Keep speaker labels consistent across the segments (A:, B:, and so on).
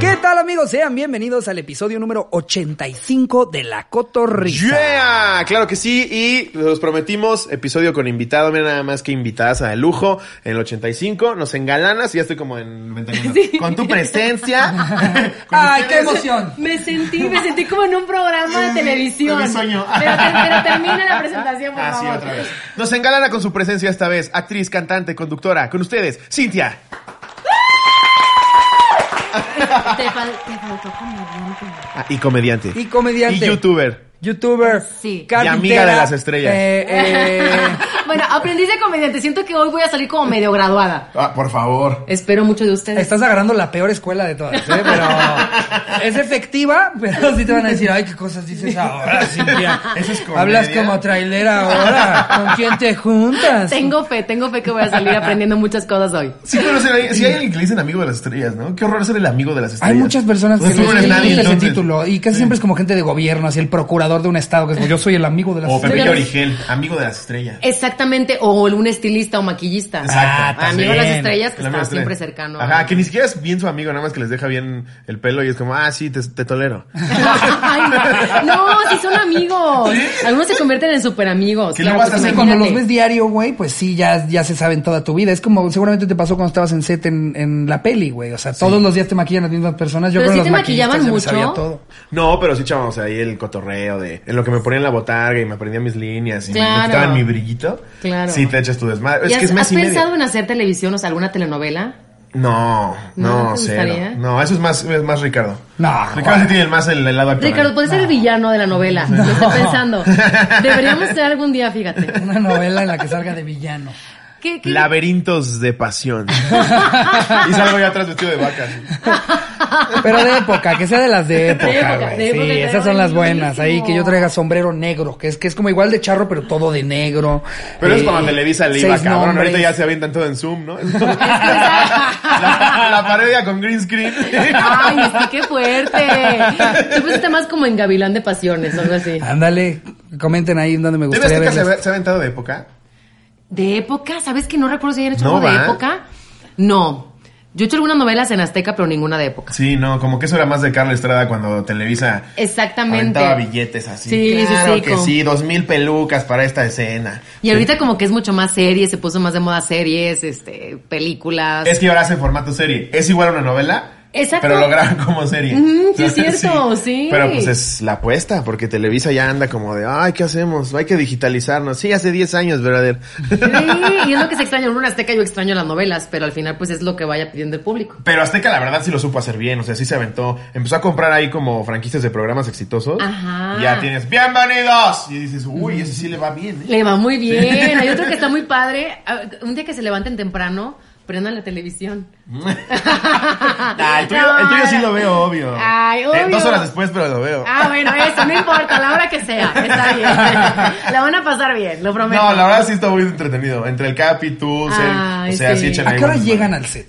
A: ¿Qué tal amigos? Sean bienvenidos al episodio número 85 de La Cotorrisa.
B: ¡Yeah! Claro que sí, y los prometimos, episodio con invitado, mira nada más que invitadas a de lujo, en el 85, nos engalanas y ya estoy como en 91. Con tu presencia. con
A: ¡Ay, qué
B: ustedes.
A: emoción!
C: Me sentí, me sentí como en un programa de televisión.
B: de sueño.
C: Pero, ter- pero termina la presentación, por
B: Ah, sí,
C: favor.
B: otra vez. Nos engalana con su presencia esta vez, actriz, cantante, conductora, con ustedes, Cintia.
C: Te, fal- te faltó comediante.
B: Ah, y comediante.
A: Y comediante.
B: Y youtuber.
A: Youtuber.
C: Sí.
A: carpintera,
B: Y amiga de las estrellas.
A: eh, eh,
C: Bueno, aprendí de comediante. Siento que hoy voy a salir como medio graduada.
B: Ah, por favor.
C: Espero mucho de ustedes.
A: estás agarrando la peor escuela de todas, ¿eh? Pero es efectiva, pero sí te van a decir, ay, qué cosas dices ahora, Cintia.
B: Eso es comedia.
A: Hablas como trailera ahora. ¿Con quién te juntas?
C: Tengo fe, tengo fe que voy a salir aprendiendo muchas cosas hoy.
B: Sí, conocen a- sí hay alguien que le dicen amigo de las estrellas, ¿no? Qué horror ser el amigo de las estrellas.
A: Hay muchas personas que
B: Entonces,
A: les
B: tú no eres
A: gusta
B: nadie,
A: ese
B: entonces.
A: título y casi siempre es como gente de gobierno, así el procurador de un estado, que es como, yo soy el amigo de las
B: O Pepe
C: Pero-
B: Llorigel, amigo de las estrellas.
C: Exactamente, o un estilista o maquillista.
B: Exacto.
C: Ah, Amigo de las estrellas que
B: El amigo
C: está
B: de las
C: siempre
B: estrellas.
C: cercano.
B: Ajá, que ni siquiera es bien su amigo, nada más que les deja bien el pelo y es como, ah, sí, te, te tolero.
C: Ay, no, si son amigos. Algunos se convierten en pues super amigos.
B: Que luego hasta
A: Sí,
B: Imagínate.
A: Pues cuando los ves diario, güey, pues sí, ya, ya se saben toda tu vida. Es como seguramente te pasó cuando estabas en set en, en la peli, güey. O sea, todos los días te maquillan las mismas personas. Yo
C: Pero
A: con
C: sí
A: los
C: te maquillaban
A: maquillistas ya me
C: mucho.
A: sabía todo.
B: No, pero sí echábamos ahí el cotorreo de en lo que me ponían la botarga y me aprendía mis líneas y me
C: Claro.
B: quitaban mi brillito.
C: Claro.
B: Sí, te echas tu desmadre.
C: ¿Y
B: Es
C: has,
B: que es
C: has
B: mes y medio.
C: pensado en hacer televisión, o sea, alguna telenovela?
B: No,
C: ¿No
B: no,
C: te
B: cero.
C: gustaría?
B: No, eso es más, es más Ricardo.
A: No,
B: Ricardo sí tiene el más el, el lado actoral.
C: Ricardo, puedes ser el villano de la novela. Lo estoy pensando. Deberíamos ser algún día, fíjate.
A: Una novela en la que salga de villano.
C: ¿Qué, qué?
B: Laberintos de pasión. y salgo ya atrás vestido de vaca. así.
A: Pero de época, que sea de las de
C: De
A: época,
C: época,
A: güey.
C: de
A: Sí,
C: época, está
A: esas son las buenas. Ahí
C: buenísimo.
A: que yo traiga sombrero negro, que es que es como igual de charro, pero todo de negro.
B: Pero es
A: Eh,
B: cuando Televisa le iba,
A: seis
B: cabrón.
A: nombres.
B: Ahorita ya se avientan todo en Zoom, ¿no? la, la parodia con green screen.
C: Ay, sí, qué fuerte. Tú pues, pusiste más como en Gavilán de Pasiones, o algo así.
A: Ándale, comenten ahí en donde me
B: ¿Te
A: gustaría
B: ves que
A: verlas.
B: se, ha- se ha aventado de época?
C: ¿De época? ¿Sabes que no recuerdo si hayan hecho
B: No,
C: algo de
B: ¿va?
C: época? No. Yo he hecho algunas novelas en Azteca, pero ninguna de época.
B: Sí, no, como que eso era más de Carla Estrada cuando Televisa
C: Exactamente.
B: aventaba billetes así.
C: Sí, sí,
B: claro
C: sí,
B: que
C: como-
B: sí, dos mil pelucas para esta escena.
C: Y ahorita como que es mucho más series, se puso más de moda series, este, películas.
B: Es que ahora hace formato serie. Es igual a una novela.
C: Exacto.
B: Pero lo graban como serie.
C: Mm, sí, es cierto, sí.
B: Pero pues es la apuesta, porque Televisa ya anda como de, ay, ¿qué hacemos? Hay que digitalizarnos. Sí, hace 10 años, brother.
C: Sí, y es lo que se extraña. Uno en Azteca yo extraño las novelas, pero al final pues es lo que vaya pidiendo el público.
B: Pero Azteca la verdad sí lo supo hacer bien, o sea, sí se aventó. Empezó a comprar ahí como franquicias de programas exitosos.
C: Ajá.
B: Y ya tienes, bienvenidos. Y dices, uy, ese sí le va bien. ¿eh?
C: Le va muy bien. Hay otro que está muy padre. Ah, Un día que se levanten temprano, prendan la televisión.
B: Ah, el tuyo, el tuyo sí lo veo, obvio.
C: Ay,
B: Eh, dos
C: obvio.
B: horas después, pero lo veo.
C: Ah, bueno, eso, no importa, la hora que sea, está bien. La van a pasar bien, lo prometo.
B: no, la verdad sí está muy entretenido. Entre el Capi, tú, Cel,
C: Ay,
B: o sea, sí,
C: sí.
B: echan
A: ¿A
B: ahí.
A: qué hora
B: buenas
A: llegan
B: manos.
A: al set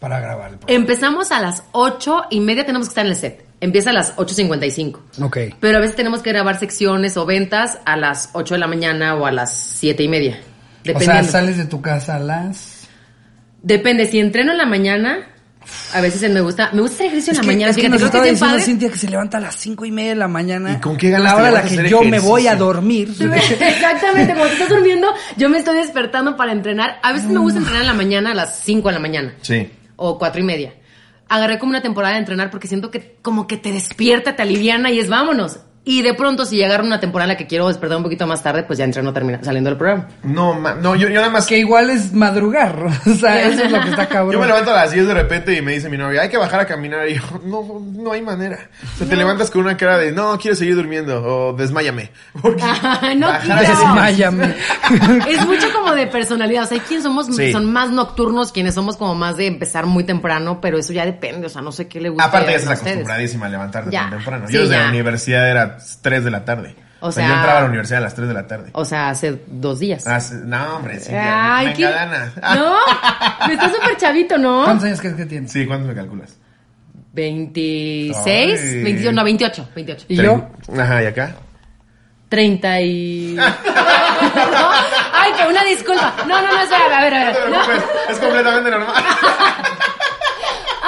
A: para grabar el
C: Em,
A: programa?
C: Empezamos a las ocho y media, tenemos que estar en el set. Empieza a las 8.55.
A: Ok.
C: Pero a veces tenemos que grabar secciones o ventas a las 8 de la mañana o a las siete y media.
A: O sea,
C: Dependiendo.
A: sales de tu casa a las...
C: Depende, si entreno en la mañana, a veces me gusta, me gusta hacer ejercicio en
A: Es
C: la
A: que-
C: mañana,
A: es que
C: fíjate,
A: nos
C: creo que
A: estaba
C: es bien
A: diciendo
C: padre.
A: Cintia que se levanta a las cinco y media de la mañana.
B: ¿Y con qué ganas
A: La
B: te
A: hora a la
B: levantas a
A: que
B: hacer
A: yo me voy a
B: ejercicio?
A: dormir.
C: Exactamente, cuando te estás durmiendo, yo me estoy despertando para entrenar. A veces me gusta entrenar en la mañana a las 5 de la mañana
B: Sí.
C: o cuatro y media. Agarré como una temporada de entrenar porque siento que como que te despierta, te aliviana y es vámonos. Y de pronto, si llegara una temporada en la que quiero despertar un poquito más tarde, pues ya entreno termina, saliendo del programa.
B: No, ma- no yo, yo nada más.
A: Que igual es madrugar. O sea, eso es lo que está cabrón.
B: Yo me levanto a las 10 de repente y me dice mi novia, hay que bajar a caminar. Y yo, no, no hay manera. O sea, te levantas con una cara de, no, quiero seguir durmiendo o desmáyame. Porque
C: Ay, no
B: bajar a
C: quiero.
B: caminar-
A: Desmáyame.
C: Es mucho como de personalidad, o sea, hay quienes somos
B: Sí.
C: son más nocturnos, quienes somos como más de empezar muy temprano, pero eso ya depende, o sea, no sé qué le gusta.
B: Aparte ya
C: a
B: estás
C: ustedes.
B: acostumbradísima a levantarte
C: Ya,
B: tan temprano.
C: sí,
B: yo desde
C: ya.
B: la universidad era 3 de la tarde.
C: O
B: O sea, yo
C: sea-
B: entraba a la universidad a las 3 de la tarde.
C: O sea, hace dos días.
B: Ah, sí, no, hombre, sí. ya,
C: Ay,
B: me
C: qué-
B: engalana. Ah,
C: No, me está súper chavito, ¿no?
A: ¿Cuántos años crees que tienes?
B: Sí, ¿cuánto me calculas?
C: 26,
B: Ay.
C: 28, no, 28, 28.
A: ¿Y yo?
B: Tre- Ajá, ¿y acá?
C: 30 y... Ay, que una disculpa. No, no, no, espera, a ver, a ver.
B: No te
C: No.
B: preocupes, es completamente normal.
C: Ay,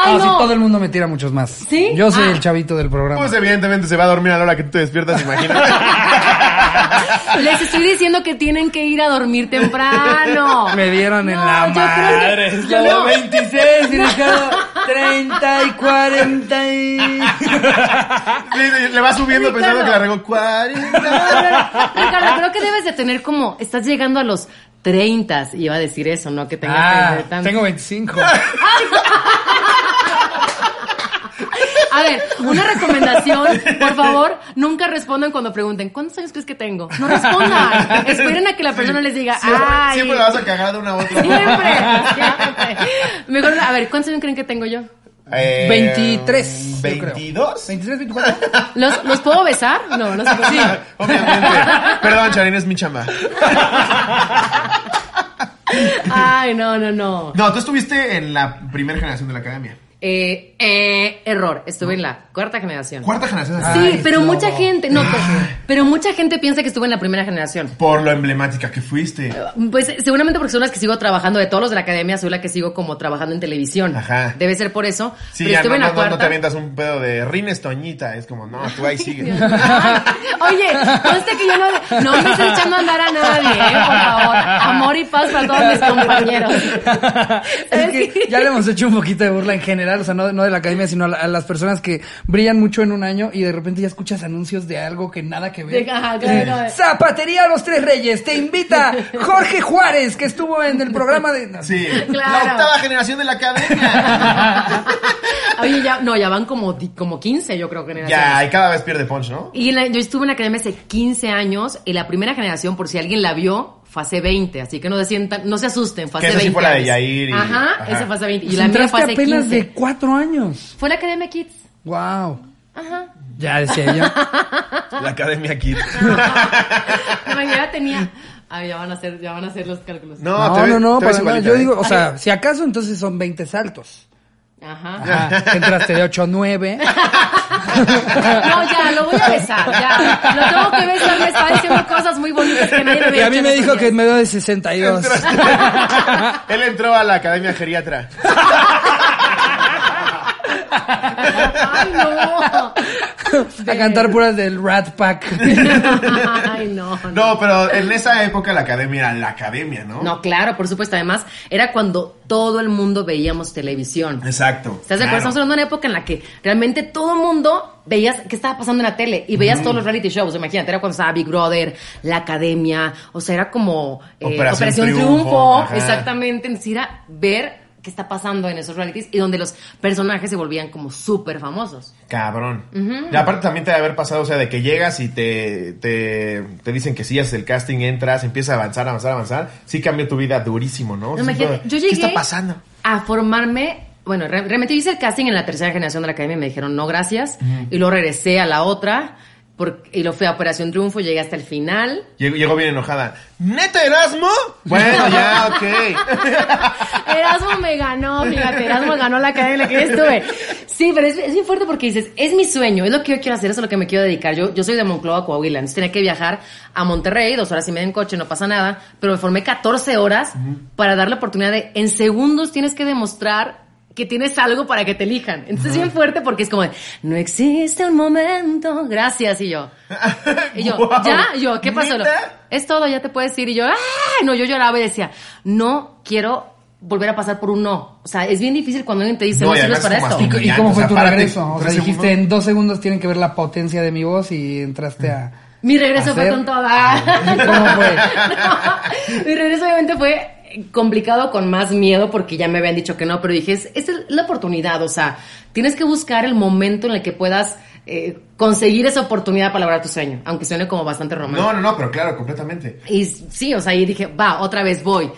A: Ah, sí,
C: no.
A: todo el mundo me tira muchos más.
C: ¿Sí?
A: Yo soy
C: Ah.
A: el chavito del programa.
B: Pues evidentemente se va a dormir a la hora que tú te despiertas, imagínate.
C: Les estoy diciendo que tienen que ir a dormir temprano.
A: me dieron en
C: No,
A: la
C: yo creo que-
A: madre. Es
C: yo
A: la
C: no.
A: 26 y dejaron 30 y 40 y...
B: Le, le va subiendo pensando
C: Ricardo.
B: que la regó 40.
C: No, no, no. Ricardo, creo que debes de tener como, estás llegando a los 30 y iba a decir eso, ¿no? Que tengas
A: Ah,
C: 30 y tantos.
A: tengo 25.
C: A ver, una recomendación, por favor, nunca respondan cuando pregunten, ¿cuántos años crees que tengo? No respondan. Esperen a que la persona les diga,
B: Siempre,
C: ay.
B: siempre la vas a cagar de una u otra.
C: Siempre, siempre. Mejor, a ver, ¿cuántos años creen que tengo yo?
B: Eh,
A: 23, yo creo.
B: ¿22?
A: 23, 24.
C: ¿Los, ¿los puedo besar? No, no se puede.
B: Obviamente. Perdón, Charín, es mi chamba.
C: Ay, no, no, no.
B: No, tú estuviste en la primera generación de la academia.
C: Eh, eh, error, estuve en la cuarta generación.
B: Cuarta generación. de la
C: Sí,
B: academia.
A: Ay,
C: pero
A: no.
C: mucha gente, no, pero, pero mucha gente piensa que estuve en la primera generación.
B: Por lo emblemática que fuiste.
C: Pues seguramente porque son las que sigo trabajando, de todos los de la academia, soy la que sigo como trabajando en televisión.
B: Ajá.
C: Debe ser por eso.
B: Sí,
C: pero
B: ya
C: estuve
B: no,
C: en
B: no,
C: la
B: no,
C: cuarta.
B: no te avientas un pedo de Rines Toñita. Es como, no, tú ahí sigues.
C: Oye, conste que yo no, no me estoy echando a andar a nadie, ¿eh? por favor. Amor y paz para todos mis compañeros.
A: Es que ya le hemos hecho un poquito de burla en general, o sea, no, no de la academia, sino a, la- a las personas que brillan mucho en un año y de repente ya escuchas anuncios de algo que nada que ver. Eh,
C: De- ajá, claro.
A: Zapatería Los Tres Reyes, te invita Jorge Juárez, que estuvo en el programa de... no,
B: Sí.
C: Claro.
B: La octava generación de la academia.
C: Oye, ya, no, ya van como, di- como 15, yo creo que
B: ya, y cada vez pierde punch, ¿no?
C: Y en la- yo estuve en la academia hace 15 años y la primera generación, por si alguien la vio, fue hace 20, así que no se sientan, no se asusten, fue
B: Que
C: hace
B: esa sí
C: 20.
B: fue la de
C: años.
B: Yair y-
C: ajá,
B: ajá.
C: esa fue hace 20. Y
A: Pues
C: la mía fue
A: entraste
C: hace
A: apenas
C: 15.
A: de cuatro años.
C: Fue la academia Kids.
A: Wow.
C: Ajá.
A: Ya decía yo.
B: La academia Kid.
C: No, ya tenía. Ay, ya van a hacer, ya van a hacer los cálculos.
B: No,
A: No,
B: te
A: no,
B: ves-
A: no,
B: te ves
A: para nada.
B: igualita,
A: Yo
B: ¿eh?
A: digo, o sea, si acaso entonces son 20 saltos.
C: Ajá.
A: Ajá, entraste de 8 a 9.
C: No, ya, lo voy a besar, ya. Lo tengo que besar, me está diciendo cosas muy bonitas que nadie me
A: Y a mí me dijo que me dio de 62.
B: Él entró a la academia geriatra.
C: Ay, no.
A: a cantar puras del Rat Pack.
C: Ay, no, no.
B: No, pero en esa época la academia era la academia, ¿no?
C: No, claro, por supuesto. Además, era cuando todo el mundo veíamos televisión.
B: Exacto.
C: ¿Estás de acuerdo? Estamos hablando de una época en la que realmente todo el mundo veías qué estaba pasando en la tele y veías todos los reality shows. Imagínate, era cuando estaba Big Brother, La Academia, o sea, era como eh,
B: Operación
C: Triunfo.
B: Triunfo, ajá.
C: exactamente. Entonces era ver qué está pasando en esos realities y donde los personajes se volvían como súper famosos.
B: Cabrón. Y aparte también te debe haber pasado, o sea, de que llegas y te, te, te dicen que sí, haces el casting, entras, empiezas a avanzar, avanzar, avanzar. Sí cambió tu vida durísimo, ¿no?
C: No, imagínate,
B: Siempre,
C: yo llegué
B: ¿Qué está pasando?
C: a formarme. Bueno, re- realmente yo hice el casting en la tercera generación de la academia y me dijeron no, gracias. Y luego regresé a la otra por- y lo fui a Operación Triunfo, llegué hasta el final.
B: Llegó, llegó bien enojada. ¿Neta Erasmo? Bueno, ya, ok.
C: Erasmo me ganó, fíjate, Erasmo ganó la academia en la que yo estuve. Sí, pero es, es bien fuerte porque dices, es mi sueño, es lo que yo quiero hacer, es a lo que me quiero dedicar. Yo, yo soy de Monclova, Coahuila, entonces tenía que viajar a Monterrey, dos horas y media en coche, no pasa nada, pero me formé 14 horas para dar la oportunidad de, en segundos tienes que demostrar que tienes algo para que te elijan. Entonces es bien fuerte porque es como, de, no existe un momento, gracias, y yo. Y yo,
B: Guau.
C: ¿ya? Y yo, ¿qué pasó?
B: ¿Neta?
C: Es todo, ya te puedes ir. Y yo, ¡ah! No, yo lloraba y decía, no quiero volver a pasar por un no. O sea, es bien difícil cuando alguien te dice,
B: No,
C: no,
B: y además
C: sirves para
B: es
C: esto.
B: como
A: ¿Y, y
B: Ya,
A: cómo
B: o
A: fue
B: sea,
A: tu
B: párate,
A: regreso? O sea,
B: tres
A: dijiste
B: segundos.
A: en dos segundos tienen que ver la potencia de mi voz y entraste a.
C: Mi regreso fue
A: Hacer. Ah,
C: con toda.
A: ¿Cómo fue?
C: No, mi regreso obviamente fue complicado con más miedo porque ya me habían dicho que no, pero dije, es- esta es la oportunidad, o sea, tienes que buscar el momento en el que puedas eh, conseguir esa oportunidad para lograr tu sueño, aunque suene como bastante romántico.
B: No, no, no, pero claro, completamente.
C: Y sí, o sea, y dije, va, otra vez voy.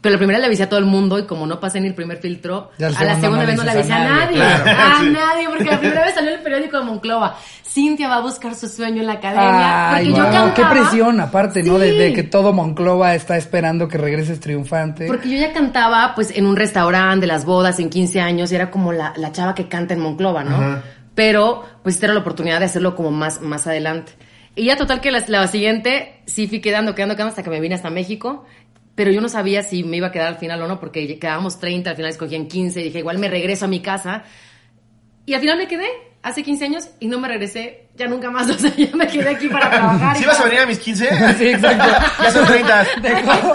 C: Pero la primera le avisé a todo el mundo y como no pasé ni el primer filtro,
A: Ya
C: a
A: la
C: la
A: segunda
C: segunda
A: no
C: vez no le
A: dices
C: avisé
A: a
C: a nadie.
A: nadie,
B: claro.
C: A
B: Sí.
C: nadie, porque la primera vez salió en el periódico de Monclova. Cintia va a buscar su sueño en la academia.
A: Ay,
C: porque yo
A: no,
C: cantaba.
A: qué presión, aparte, ¿no? De, de
C: Sí.
A: que todo Monclova está esperando que regreses triunfante.
C: Porque yo ya cantaba, pues, en un restaurante de las bodas en 15 años, y era como la, la chava que canta en Monclova, ¿no?
B: Ajá.
C: Pero, pues, esta era la oportunidad de hacerlo como más, más adelante. Y ya total que la, la siguiente, sí fui quedando, quedando, quedando hasta que me vine hasta México. pero yo no sabía si me iba a quedar al final o no, porque quedábamos 30, al final escogían 15, dije, igual me regreso a mi casa. Y al final me quedé hace 15 años y no me regresé ya nunca más, o sea, ya me quedé aquí para trabajar.
B: ¿Sí
C: y
B: vas a
C: para-
B: venir a mis 15?
A: Sí, exacto.
B: Ya son 30.
A: Dejó,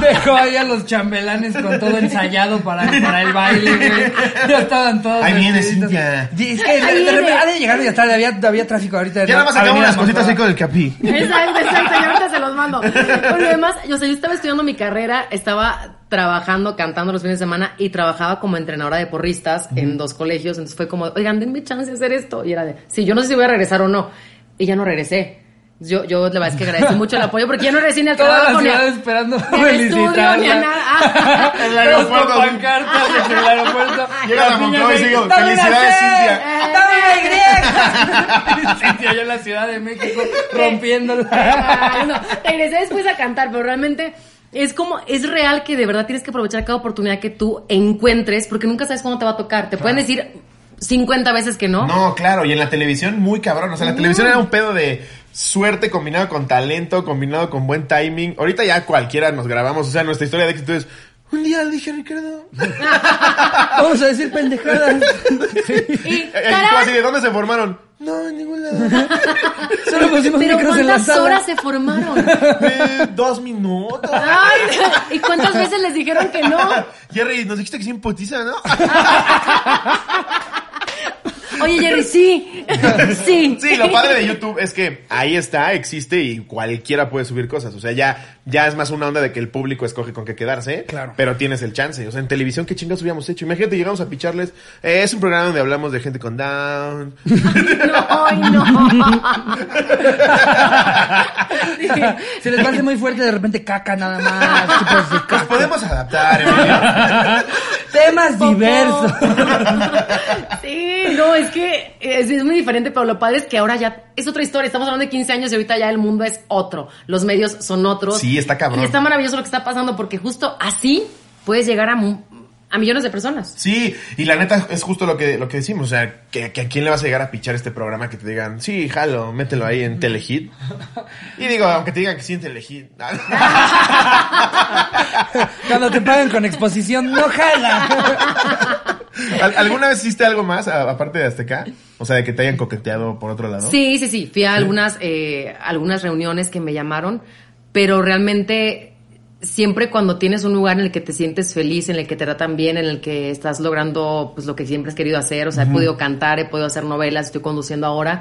A: dejó ahí a los chambelanes con todo ensayado para, para el baile, güey. Ya estaban todos.
B: Ahí viene
A: vestiditos.
B: Cintia.
A: Y es que de- de
C: Ahí
A: repente
C: viene.
A: ha de llegar y ya tarde, había, había tráfico ahorita.
B: Ya nada más
A: Avenida
B: acabamos las
A: Cortada.
B: cositas ahí con el capi.
C: Exacto, exacto, y ahorita se los mando. Porque además, yo, o sea, yo estaba estudiando mi carrera, estaba trabajando, cantando los fines de semana y trabajaba como entrenadora de porristas en dos colegios, entonces fue como, oigan, denme chance de hacer esto. Y era de, sí, yo no sé si voy a regresar o no. Y ya no regresé. Yo, yo la verdad es que agradezco mucho el apoyo porque ya no regresé ni al
A: Toda la
C: trabajo ni a-
A: ciudad esperando
C: ni al estudio, ni a
A: felicitarla.
C: nada. Ah.
B: El
A: Todos
B: aeropuerto.
A: con pancartas en el aeropuerto.
B: Llega la
A: niña
B: Moncloa y
A: de-
B: digo,
A: ¡Dame una
B: "Felicidades,
A: C!
B: Cintia".
A: ¡Dame una Y! Cintia ya en la Ciudad de México rompiéndola.
C: Ay, no. Regresé después a cantar, pero realmente es como, es real que de verdad tienes que aprovechar cada oportunidad que tú encuentres, porque nunca sabes cuándo te va a tocar. Te pueden decir 50 veces que no.
B: No, claro, y en la televisión muy cabrón. O sea, la televisión era un pedo de suerte combinado con talento, combinado con buen timing. Ahorita ya cualquiera nos grabamos. O sea, nuestra historia de éxito es. Un día le dije a Ricardo.
A: Vamos a decir pendejadas.
C: Y,
B: Eh, eh, tú
C: ¡tarán!
B: así, ¿de dónde se formaron? No, en ningún lado.
A: Solo pusimos
C: Pero
A: micros en la
C: ¿cuántas
A: sala.
C: horas se formaron?
B: De dos minutos.
C: Ay, ¿Y cuántas veces les dijeron que no?
B: Jerry, nos dijiste que sí imputiza, ¿no?
C: Oye, Jerry, sí. Sí.
B: Sí, lo padre de YouTube es que ahí está, existe y cualquiera puede subir cosas. O sea, ya, ya es más una onda de que el público escoge con qué quedarse.
A: Claro.
B: Pero tienes el chance. O sea, en televisión, ¿qué chingados hubiéramos hecho? Imagínate, llegamos a picharles. eh, es un programa donde hablamos de gente con down.
C: No, ay, no.
A: Se les parece muy fuerte de repente caca nada más. tipos de
B: Nos
A: caca.
B: podemos adaptar, Emilio.
A: Temas
C: Popó.
A: diversos.
C: Sí, no, es que es, es muy diferente, pero lo padre es que ahora ya es otra historia. Estamos hablando de 15 años y ahorita ya el mundo es otro. Los medios son otros.
B: Sí, está cabrón.
C: Y está maravilloso lo que está pasando porque justo así puedes llegar a, mu- a millones de personas.
B: Sí, y la neta es justo lo que, lo que decimos. O sea, que, que a quién le vas a llegar a pichar este programa que te digan, sí, jalo, mételo ahí en Telehit. Y digo, aunque te digan que sí en Telehit.
A: Cuando te pagan con exposición, no jala.
B: ¿Al- ¿Alguna vez hiciste algo más a- aparte de Azteca? O sea, de que te hayan coqueteado por otro lado.
C: Sí, sí, sí. Fui a algunas, eh, algunas reuniones que me llamaron, pero realmente siempre cuando tienes un lugar en el que te sientes feliz, en el que te tratan bien, en el que estás logrando pues lo que siempre has querido hacer, o sea, he podido cantar, he podido hacer novelas, estoy conduciendo ahora.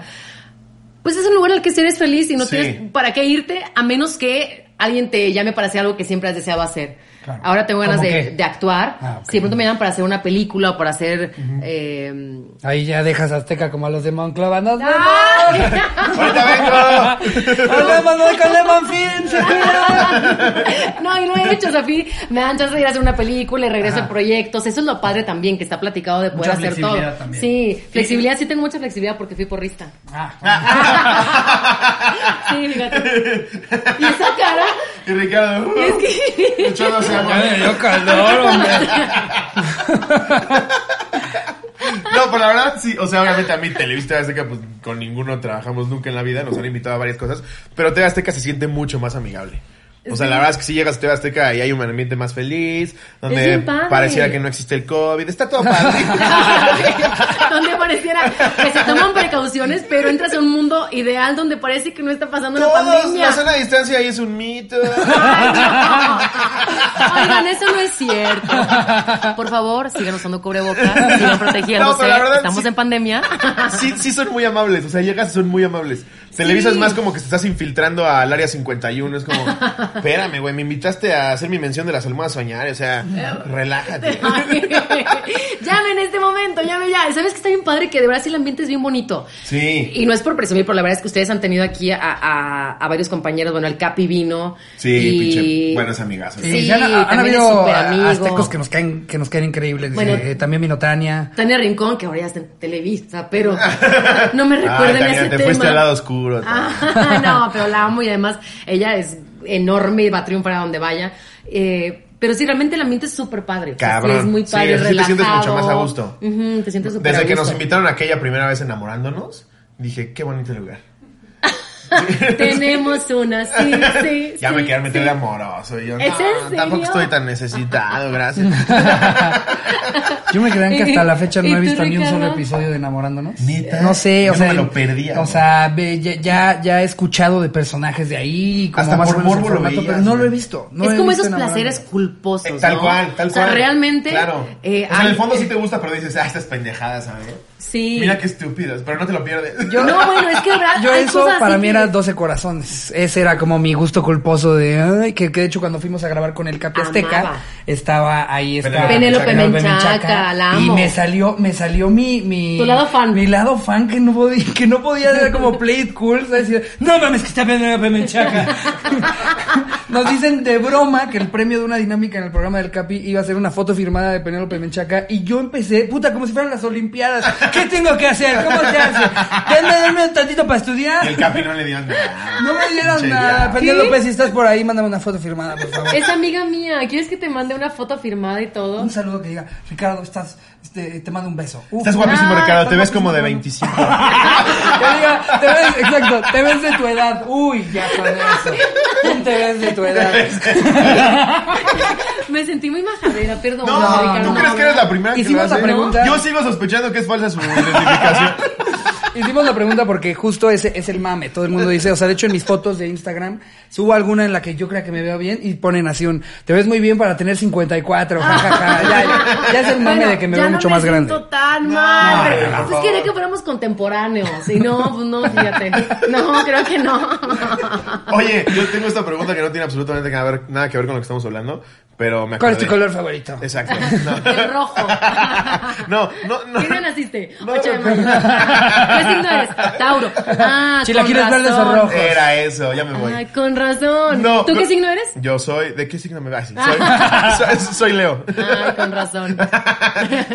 C: Pues es un lugar en el que eres feliz y no
B: Sí.
C: tienes para qué irte a menos que alguien te llame para hacer algo que siempre has deseado hacer.
A: Claro.
C: Ahora tengo ganas
A: ¿Cómo
C: de,
A: qué?
C: de actuar.
A: Ah, ok.
C: Si de pronto me llaman para hacer una película o para hacer... eh,
A: Ahí ya dejas a Azteca como a los de Monclova. ¡Nos vemos!
B: ¡Ahorita
A: ¡Volvemos hoy con Lemon Film! ¡Se cuidan!
C: No, y lo he hecho, o sea, fui- me dan chance de ir a hacer una película y regreso a proyectos. Eso es lo padre también, que está platicado de poder
A: Mucha
C: hacer todo.
A: flexibilidad también.
C: Sí, flexibilidad, sí tengo mucha flexibilidad porque fui porrista.
A: Ah,
C: Sí, fíjate. Y esa cara,
B: vengo! Y Ricardo, uh,
C: es que...
B: echándose agua.
A: ya me dio calor, hombre.
B: No, pero la verdad, sí. O sea, obviamente a mí Televista Azteca, pues con ninguno trabajamos nunca en la vida. Nos han invitado a varias cosas. Pero TV Azteca se siente mucho más amigable. O sea, la verdad es que si llegas a TV Azteca y hay un ambiente más feliz,
C: Es
B: donde
C: bien padre.
B: pareciera que no existe el COVID. Está todo padre.
C: donde pareciera que se toman precauciones, pero entras a un mundo ideal donde parece que no está pasando la
B: Todos,
C: pandemia.
B: la zona de distancia ahí es un mito.
C: Oigan, eso no es cierto. Por favor, sigan usando cubrebocas, sigan
B: No,
C: protegiéndose.
B: pero la verdad,
C: Estamos
B: sí.
C: en pandemia.
B: sí, sí son muy amables, o sea, llegas y son muy amables. Televisa
C: Sí.
B: es más como que te estás infiltrando al área 51, es como, espérame, güey, me invitaste a hacer mi mención de las almohadas soñar, o sea, relájate.
C: llame en este momento, llame ya. ¿Sabes que está bien padre? Que de verdad sí el ambiente es bien bonito.
B: Sí.
C: Y no es por presumir, pero la verdad es que ustedes han tenido aquí a, a- a varios compañeros. Bueno, el Capi vino.
B: Sí,
C: y-
B: pinche buenas amigas.
A: Sí,
C: Sí,
A: ya han, han
C: también es
A: habido
C: súper
A: ah,
C: amigo.
A: aztecos que nos caen, que nos caen increíbles.
C: Bueno.
A: Eh, también vino Tania.
C: Tania Rincón, que ahora ya está en Televisa, pero no me
B: Ay,
C: recuerden
B: Tania,
C: ese
B: te
C: tema.
B: fuiste al lado oscuro. Tania.
C: Ah, no, pero la amo y además ella es enorme y va a triunfar a donde vaya. Eh, pero sí, realmente el ambiente es súper padre. O sea, sí,
B: Cabrón.
C: es muy
B: Sí,
C: padre,
B: sí te
C: relajado.
B: sientes mucho más a gusto.
C: Ujú, te sientes súper
B: Desde
C: a
B: que nos
C: gusto.
B: invitaron aquella primera vez enamorándonos, dije, qué bonito lugar.
C: Tenemos una, sí, sí.
B: Ya
C: sí,
B: me quedaron
C: sí.
B: metido de amoroso. y yo,
C: ¿Es
B: no,
C: en
B: tampoco
C: serio?
B: estoy tan necesitado, gracias.
A: Yo me crean que hasta la fecha
C: ¿Y
A: no he
C: tú,
A: visto ni un
C: Ricardo?
A: solo episodio de Enamorándonos.
B: ¿Neta?
A: No sé, o
B: Yo
A: sea.
B: me lo perdí,
A: O
B: amor.
A: sea, ve, ya, ya, ya he escuchado de personajes de ahí, como
B: Hasta
A: más
B: por
A: o menos el
B: morbo lo
A: formato,
B: veías,
A: pero no lo he
B: güey.
A: visto. no
C: es
A: he
C: como
A: visto
C: esos
A: Enamorándonos.
C: placeres culposos.
B: Eh, tal
C: ¿no?
B: cual, tal
C: O sea,
B: cual.
C: realmente.
B: Claro.
C: eh,
B: o sea, en
C: hay-
B: el fondo sí te gusta, pero dices, ah, estas pendejadas, ¿sabes?
C: Sí.
B: Mira qué estúpidos, pero no te lo pierdes.
C: no, bueno, es que de verdad,
A: Yo
C: hay
A: eso
C: cosas así
A: para mí
C: que-
A: era 12 corazones. Ese era como mi gusto culposo de ay, que, que de hecho cuando fuimos a grabar con el Capi Azteca
C: Amaba.
A: estaba ahí estaba
B: Penélope
C: Menchaca, la
A: y
C: amo.
A: me salió me salió mi mi
C: Tu lado fan.
A: mi lado fan que no podía que no podía ser como play it cool, ¿sabes? Y, No mames que está Penélope Menchaca. Nos dicen de broma que el premio de una dinámica en el programa del Capi iba a ser una foto firmada de Penélope Menchaca y yo empecé, puta, como si fueran las Olimpiadas. ¿Qué tengo que hacer? ¿Cómo se hace? Denme, denme un tantito para estudiar.
B: Y el Capi no le dieron nada.
A: No me
B: Che,
A: dieron nada.
B: ya.
A: Penélope, si estás por ahí, mándame una foto firmada, por favor.
C: Es amiga mía. ¿Quieres que te mande una foto firmada y todo?
A: Un saludo que diga, Ricardo, estás, este, te mando un beso. Uf.
B: Estás guapísimo,
C: Ah,
B: Ricardo.
A: está
B: Te ves como de
A: guapísimo.
B: 25.
A: Que diga, te ves, exacto, te ves de tu edad. Uy, ya con eso. Te ves de tu edad.
C: Me sentí muy majadera, perdón.
B: No,
A: No,
C: Ricardo,
B: ¿tú
A: no,
B: crees
A: no.
B: que eres la primera que lo
A: Hicimos la
B: hace?
A: pregunta.
B: Yo sigo sospechando que es falsa su identificación.
A: Hicimos la pregunta porque justo ese es el mame. Todo el mundo dice, o sea, de hecho en mis fotos de Instagram subo alguna en la que yo crea que me veo bien y ponen así un, te ves muy bien para tener 54, jajaja. Ya, ya, ya es el mame
C: Bueno,
A: de que me
C: ya
A: veo
C: no
A: mucho más grande.
C: siento tan mal.
B: hombre, por
C: pues
B: favor.
C: quería que fuéramos contemporáneos. Y no, pues no, fíjate. No, creo que no.
B: Oye, yo tengo esta pregunta que no tiene absolutamente nada que ver, nada que ver con lo que estamos hablando, pero me
A: ¿Cuál es
B: acordé.
A: tu color favorito?
B: Exacto.
C: El rojo.
B: No, no, no.
C: ¿Qué día naciste?
B: No,
C: 8 de
B: no.
C: mayo. ¿Qué signo eres? Tauro. Ah,
A: Chilaquiles
C: con
A: verdes o
C: razón.
A: rojos.
B: Era eso, ya me voy.
C: Ay, con razón.
B: Eh, No,
C: ¿Tú
B: no.
C: qué signo eres? Ah.
B: Yo soy. ¿De qué signo me vas? Sí, soy, soy, soy Leo.
C: Ay, con razón.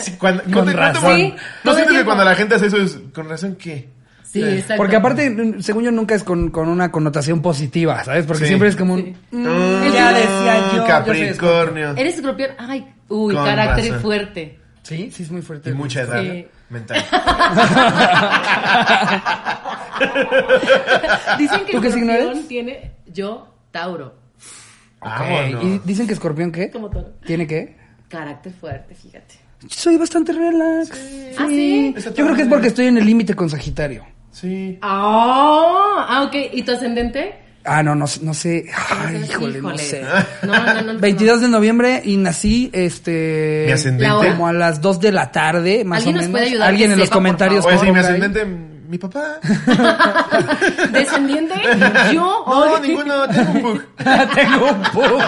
B: Sí, cuando-
A: Con
B: no te- no te-
A: razón.
C: Sí,
B: No
C: todo el
B: sientes que
C: tiempo.
B: cuando la gente hace eso es. ¿Con razón qué?
C: Sí, exacto.
A: Porque aparte, n- según yo, nunca es con, con una connotación positiva, ¿sabes? Porque
B: Sí.
A: siempre es como un... "Mm, ya
B: Mm,
A: decía yo, yo soy
B: Capricornio.
C: Eres escorpión. Ay, uy,
B: Con
C: carácter
B: razón.
C: fuerte.
A: Sí, sí es muy fuerte.
B: Y mucha edad
C: Sí.
B: mental. Ah,
C: Dicen que
A: ¿Tú qué signo eres?
C: escorpión tiene yo Tauro.
A: Ok,
B: Vámonos.
A: ¿Y dicen que escorpión qué?
C: Como todo.
A: ¿Tiene qué?
C: Carácter fuerte, fíjate.
A: Soy bastante relax.
C: ¿Ah, sí?
A: Yo creo que es porque estoy en el límite con Sagitario.
B: Sí.
C: Ah, ah, ok. ¿Y tu ascendente?
A: Ah, no, no, sé- no sé. Ay,
C: Entonces,
A: híjole, no sé.
C: No, Ah, no, no. no.
A: 22 de noviembre y nací, este...
B: Mi
C: La hora.
B: ascendente.
A: Como a las 2 de la tarde, más o
C: ¿Alguien
A: menos.
C: nos puede ayudar
A: Alguien
C: que
A: en los
C: sepa, por
A: comentarios.
B: Oye, Pues sí, mi
A: ponga ahí.
B: ascendente, mi papá.
C: ¿Descendiente? ¿Yo?
B: No,
C: Ay.
B: ninguno, tengo un bug.
A: Tengo un poco.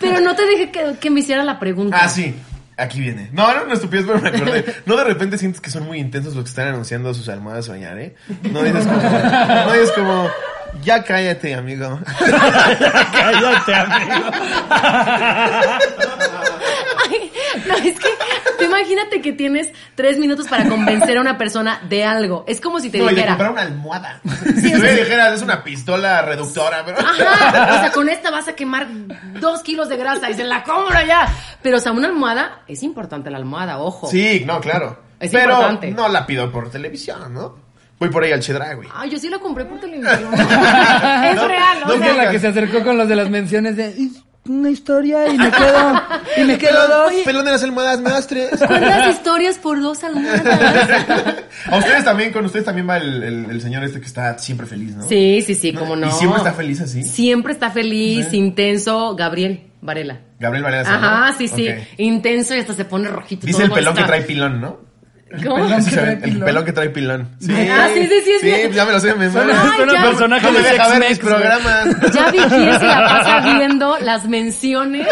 C: Pero no te dejé que, que me hiciera la pregunta.
B: Ah, sí. Aquí viene. No, era una estupidez, pero me acordé. No de repente sientes que son muy intensos los que están anunciando sus almohadas soñar, ¿eh? No dices como. No dices como. Ya cállate, amigo.
A: Cállate, amigo.
C: Ay, no, es que tú imagínate que tienes tres minutos para convencer a una persona de algo. Es como si te
B: No, y de
C: dijera.
B: comprar una almohada.
C: Sí,
B: si
C: o
B: me
C: sea-
B: dijeras, es una pistola reductora, pero.
C: Ajá, o sea, con esta vas a quemar dos kilos de grasa y se la compro ya. Pero, o sea, una almohada, es importante la almohada, ojo.
B: Sí, no, claro.
C: Es
B: pero
C: importante.
B: no la pido por televisión, ¿no? Voy por ahí al Chedragui.
C: Ay, yo sí la compré por televisión. es
B: No,
C: real, o
B: no,
A: Porque
C: sea.
A: la que se acercó con los de las menciones de "Es una historia y me quedo y me quedo dos.
B: Pelón de las almohadas, me das tres.
C: Cuentas historias por dos almohadas.
B: A ustedes también, con ustedes también va el, el- el señor este que está siempre feliz, ¿no?
C: Sí, sí, sí, cómo no.
B: ¿Y siempre está feliz así?
C: Siempre está feliz, intenso. Gabriel Varela.
B: Gabriel Varela.
C: Ajá,
B: ¿no?
C: sí, sí.
B: Ok.
C: Intenso y hasta se pone rojito.
B: Dice
C: todo
B: el pelón que
C: molestado.
B: trae pilón, ¿no?
C: ¿Cómo?
A: Pelón
B: Así
A: que
B: se
A: trae
B: ve, El
A: pilón.
B: pelón que trae pilón. Sí.
C: Ah, sí, sí, sí, es
B: Sí,
C: bien.
B: ya me lo sé, me
A: Son
B: muero.
C: Ay, ya.
A: personajes
B: No me
A: de
B: deja ver mis
A: X-Men.
B: programas.
C: Ya vi quién se la pasa viendo las menciones.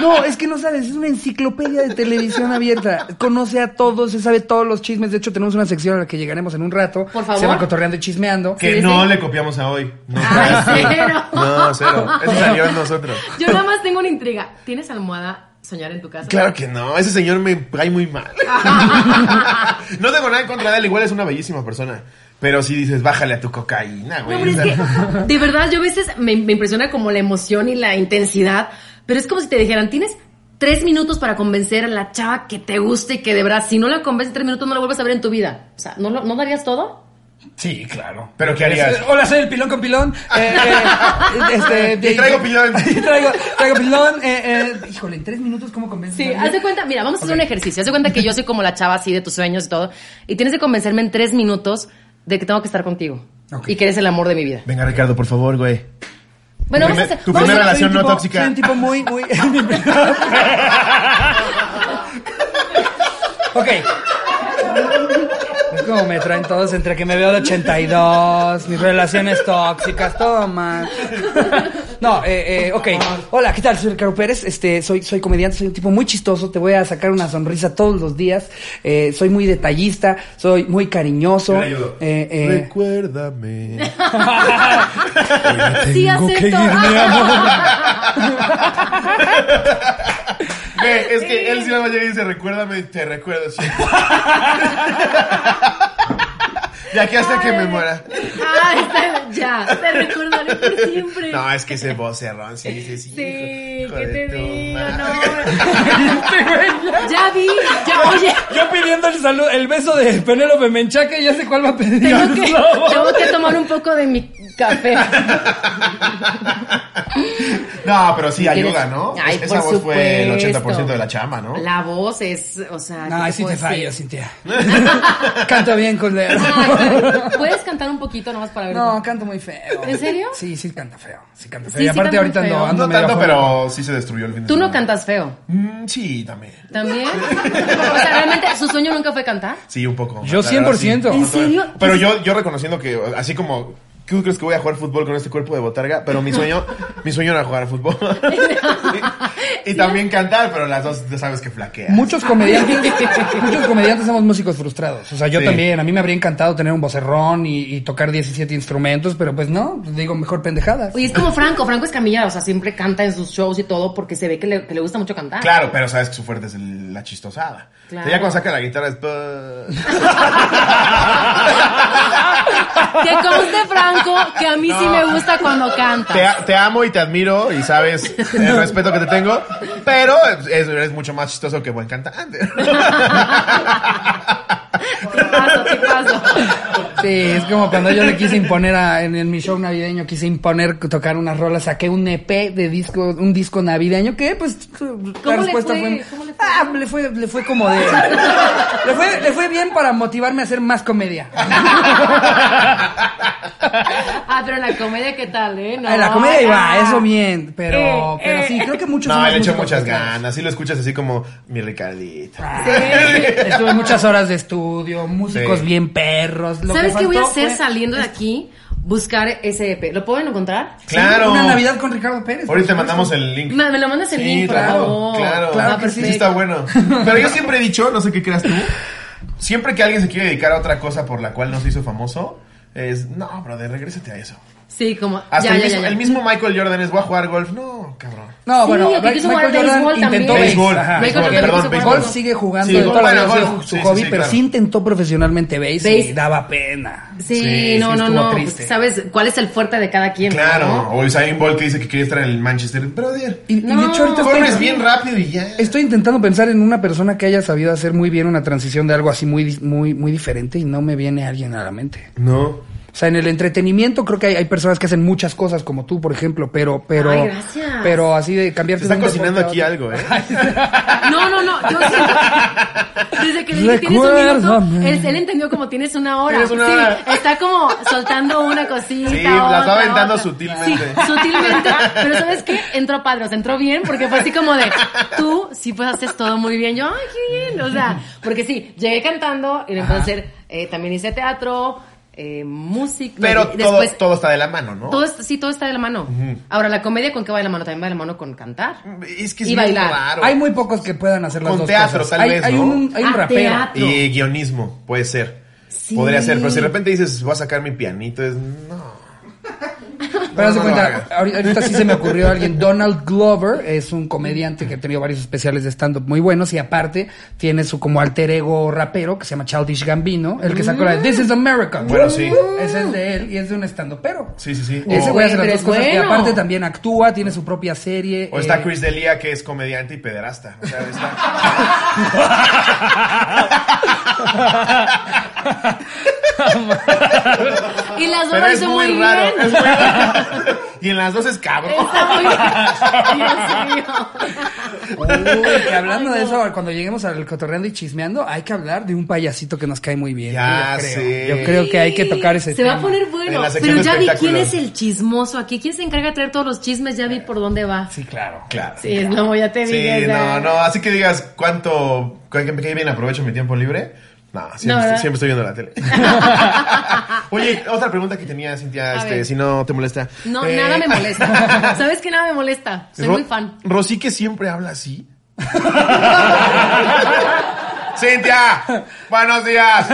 A: No, es que no sabes, es una enciclopedia de televisión abierta. Conoce a todos, se sabe todos los chismes. De hecho, tenemos una sección a la que llegaremos en un rato.
C: Por favor.
A: Se va cotorreando y chismeando.
B: Que
C: Sí,
B: no
C: sí.
B: le copiamos a hoy. No,
C: Ay, cero.
B: No, cero. Eso salió en nosotros.
C: Yo nada más tengo una intriga. ¿Tienes almohada soñar en tu casa?
B: Claro que no, ese señor me cae muy mal. no tengo nada en contra de él, igual es una bellísima persona. Pero si dices, bájale a tu cocaína,
C: No,
B: güey.
C: pero es
B: O
C: que,
B: sea,
C: de verdad, yo a veces me, me impresiona como la emoción y la intensidad, pero es como si te dijeran, tienes tres minutos para convencer a la chava que te guste y que de verdad, si no la convences en tres minutos, no la vuelves a ver en tu vida. O sea, ¿no, lo- no darías todo?
A: Sí, claro.
B: ¿Pero qué harías?
A: Este, Hola, soy el pilón con pilón. Eh, eh, este,
B: Y traigo pilón.
A: Y traigo, traigo pilón. eh, eh. Híjole, en tres minutos, ¿cómo convences?
C: Sí,
A: a alguien?
C: haz de cuenta, mira, vamos a hacer un ejercicio. Haz de cuenta que yo soy como la chava así de tus sueños y todo. Y tienes que convencerme en tres minutos de que tengo que estar contigo.
A: Ok.
C: Y que eres el amor de mi vida.
B: Venga, Ricardo, por favor, güey.
C: Bueno,
B: Tu
C: vamos a
B: primer-
C: hacer.
B: tu
C: vamos a-
B: primera
A: Soy un
B: relación no
A: tipo-
B: tóxica.
A: Soy un tipo muy, muy. ok. Es como me traen todos entre que me veo de 82, mis relaciones tóxicas, todo mal. No, eh, eh, ok. Hola, ¿qué tal? Soy Ricardo Pérez. Este, soy, soy comediante, soy un tipo muy chistoso. Te voy a sacar una sonrisa todos los días. Eh, soy muy detallista, soy muy cariñoso.
B: Yo le ayudo.
A: Eh, eh,
B: Recuérdame.
C: Sí, acepto.
B: Güey, es que él sí me va a llegar y dice, recuérdame, te recuerdo siempre. De aquí hasta que me muera.
C: Ah, está, ya. Te recordaré por siempre.
B: No, es que ese vocerrón sí dice sí.
C: Sí, ¿qué
B: hijo de
C: te
B: tu
C: digo?
B: madre.
C: No. ya vi, ya, oye.
A: Yo pidiendo el saludo, el beso de Penélope Menchaca, ya sé cuál va a pedir.
C: Tengo que, tengo que tomar un poco de mi café.
B: No, pero sí
C: ¿Quieres?
B: ayuda, ¿no?
C: Ay,
B: Esa
C: por
B: voz fue el
C: supuesto.
B: 80% de la chamba, ¿no?
C: La voz es, o sea.
A: No,
C: ¿qué
A: ahí Ah, pues,
C: te
A: sí te
C: puedo
A: fallo,
C: decir?
A: Cintia. Canta bien con la-
C: Ah, ¿Puedes cantar un poquito nomás para ver?
A: No, canto muy feo.
C: ¿En serio?
A: Sí, sí canta feo. Sí canta feo.
C: Sí,
A: y
C: sí
A: aparte
C: canta
A: ahorita
C: muy
A: ando,
C: feo.
A: ando
B: No
A: medio
B: tanto,
A: afónico.
B: pero sí se destruyó el fin de
C: Tú no
B: semana.
C: cantas feo.
B: Mm, sí, también.
C: ¿También? O sea, ¿realmente su sueño nunca fue cantar?
B: Sí, un poco.
A: Yo
B: La verdad,
A: 100%.
B: sí.
A: ¿En
C: serio? Pues
B: Pero yo, yo reconociendo que, así como, ¿tú crees que voy a jugar fútbol con este cuerpo de botarga? Pero mi sueño, mi sueño era jugar fútbol. y y también cantar, pero las dos ya sabes que flaqueas.
A: Muchos comediantes, muchos comediantes somos músicos frustrados. O sea, yo
B: Sí.
A: también, a mí me habría encantado tener un vocerrón y, y tocar 17 instrumentos, pero pues no, pues digo, mejor pendejadas.
C: Oye, es como Franco. Franco es camilla, o sea, siempre canta en sus shows y todo porque se ve que le, que le gusta mucho cantar.
B: Claro, pero sabes que su fuerte es el- la chistosada. O
C: Claro.
B: sea, ya cuando saca la guitarra es... "Pa".
C: Que conste Franco que a mí sí
B: No.
C: me gusta cuando canta.
B: Te, a- te amo y te admiro y sabes el respeto que te tengo, pero es- eres mucho más chistoso que buen cantante.
C: Te paso, te paso.
A: Sí, es como cuando yo le quise imponer a- en, en mi show navideño, quise imponer tocar unas rolas, saqué un EP de disco, un disco navideño, que pues la
C: le
A: respuesta
C: fue?
A: fue,
C: ¿Cómo le fue?
A: ah, le fue, le fue como de, le fue, le fue bien para motivarme a hacer más comedia.
C: Ah, pero la comedia, ¿qué tal, eh? No.
A: Ah, la comedia iba,
C: Ah.
A: eso bien, pero,
C: Eh,
A: pero
C: eh.
A: sí, creo que muchos.
B: No,
A: somos
B: le echo
A: músicos
B: muchas
A: frustrados.
B: ganas. Sí lo escuchas así como mi Ricardito.
A: Sí. Estuve muchas horas de estudio, músicos
B: Sí.
A: bien perros. Lo
C: ¿Sabes
A: que
C: qué voy a
A: faltó
C: hacer
A: fue
C: saliendo de aquí? Buscar ese EP. ¿Lo pueden encontrar?
B: Claro.
A: Una Navidad con Ricardo Pérez.
B: Ahorita te mandamos el link.
C: Me, me lo mandas el
B: Sí,
C: link, por
B: claro,
C: favor.
B: claro,
A: Claro
C: Ah,
A: que sí.
B: Sí
C: perfecto.
B: está bueno. Pero yo siempre he dicho, no sé qué creas tú, siempre que alguien se quiere dedicar a otra cosa por la cual no se hizo famoso, es, no, brother, regrésate a eso.
C: Sí, como.
B: Hasta
C: ya,
B: el,
C: ya,
B: mismo,
C: ya, ya.
B: el mismo Michael Jordan es, voy a jugar golf. No, cabrón.
A: No,
C: Sí,
A: bueno,
C: yo creo que
A: Michael
C: es jugar
A: Jordan
C: béisbol
A: intentó
C: también.
B: Béisbol,
A: Ajá.
B: béisbol,
A: Porque
B: perdón,
A: el
B: béisbol.
A: golf sigue jugando
B: Sí,
A: de toda la vida
B: bueno,
A: ha sido
B: golf,
A: su
B: sí, sí,
A: hobby,
B: sí,
A: pero
B: claro.
A: sí intentó profesionalmente base y
C: Béis-
A: daba pena.
C: Sí,
B: Sí,
C: no,
A: sí,
C: no,
A: estuvo
C: no.
A: triste.
C: pues, Sabes cuál es el fuerte de cada quien.
B: Claro.
C: ¿no?
B: O Usain Bolt que dice que quiere estar en el Manchester. Brother,
A: Y, y de
C: No.
A: hecho ahorita
B: corres
A: estoy,
B: bien rápido y ya.
A: estoy intentando pensar en una persona que haya sabido hacer muy bien una transición de algo así muy, di- muy, muy diferente y no me viene alguien a la mente.
B: No.
A: O sea, en el entretenimiento creo que hay, hay personas que hacen muchas cosas como tú, por ejemplo, pero, pero,
C: Ay, gracias.
A: pero así de cambiarte.
B: Se está
A: de un
B: cocinando
A: deporte
B: aquí
A: a
B: algo, ¿eh?
C: No, no, no. Yo siento que desde que le dije tienes un minuto,
A: Recuérdame.
C: él, él entendió como tienes una hora.
B: Tienes una
C: sí,
B: hora.
C: está como soltando una cosita.
B: Sí, la está
C: otra,
B: aventando
C: otra.
B: sutilmente.
C: Sí, sutilmente. Pero ¿sabes qué? Entró padre, o sea, entró bien porque fue así como de, tú sí pues haces todo muy bien. Yo, ay, qué bien. O sea, porque sí, llegué cantando y entonces eh, también hice teatro, eh, música.
B: Pero
C: y
B: todo,
C: después,
B: todo está de la mano, ¿no?
C: todo está- sí, todo está de la mano. Ahora, la comedia con qué va de la mano, también va de la mano con cantar.
B: Es que es
C: Y
B: bien
C: bailar.
B: raro.
A: Hay muy pocos que puedan hacer las
B: Con
A: dos
B: teatro,
A: cosas.
B: tal
A: hay,
B: vez,
A: hay
B: ¿no?
A: un, hay un
C: Ah,
A: rapero.
C: teatro.
B: Y guionismo, puede ser.
C: Sí.
B: Podría ser, pero si de repente dices, voy a sacar mi pianito, es. No.
A: Pero haz de
B: No, no lo
A: cuenta, ahori- ahorita sí se me ocurrió alguien. Donald Glover es un comediante que ha tenido varios especiales de stand-up muy buenos y aparte tiene su como alter ego rapero que se llama Childish Gambino, el que sacó la de This is America.
B: Bueno, sí.
A: Ese es de él y es de un stand-upero.
B: Sí, sí, sí.
A: Ese
C: Oh.
A: güey hace las
C: Pero
A: dos
C: es
A: cosas y
C: bueno.
A: aparte también actúa, tiene su propia serie.
B: O está
A: eh,
B: Chris Delia, que es comediante y pederasta. O sea, está-
C: Y las dos
B: Pero
C: lo
B: es
C: hizo
B: muy,
C: muy
B: raro.
C: bien.
B: Es muy raro. Y en las dos es cabrón.
C: Está muy bien. Dios mío.
A: Uy, que hablando
C: Ay,
A: de
C: no.
A: eso, cuando lleguemos al cotorreando y chismeando, hay que hablar de un payasito que nos cae muy bien.
B: Ya
A: yo, creo.
B: sé.
A: Yo creo que hay que tocar ese
C: Se
A: tema.
C: va a poner
B: En
C: bueno.
B: la sección de
C: Pero ya vi quién
B: espectáculos.
C: es el chismoso aquí. ¿Quién se encarga de traer todos los chismes? Ya vi por dónde va.
A: Sí, claro.
B: Claro.
C: Sí, es como ya te
B: Sí,
C: dije. o sea.
B: no, no, así que digas cuánto, qué, qué bien aprovecho mi tiempo libre. No,
C: No,
B: siempre,
C: ¿verdad?
B: siempre estoy viendo la tele. Oye, otra pregunta que tenía, Cintia,
C: A
B: este,
C: ver.
B: si no te molesta.
C: No,
B: Eh,
C: nada me molesta. ¿Sabes qué? Nada me molesta. Soy
B: Ro-
C: muy fan.
B: Rosy que siempre habla así. Cintia, buenos días.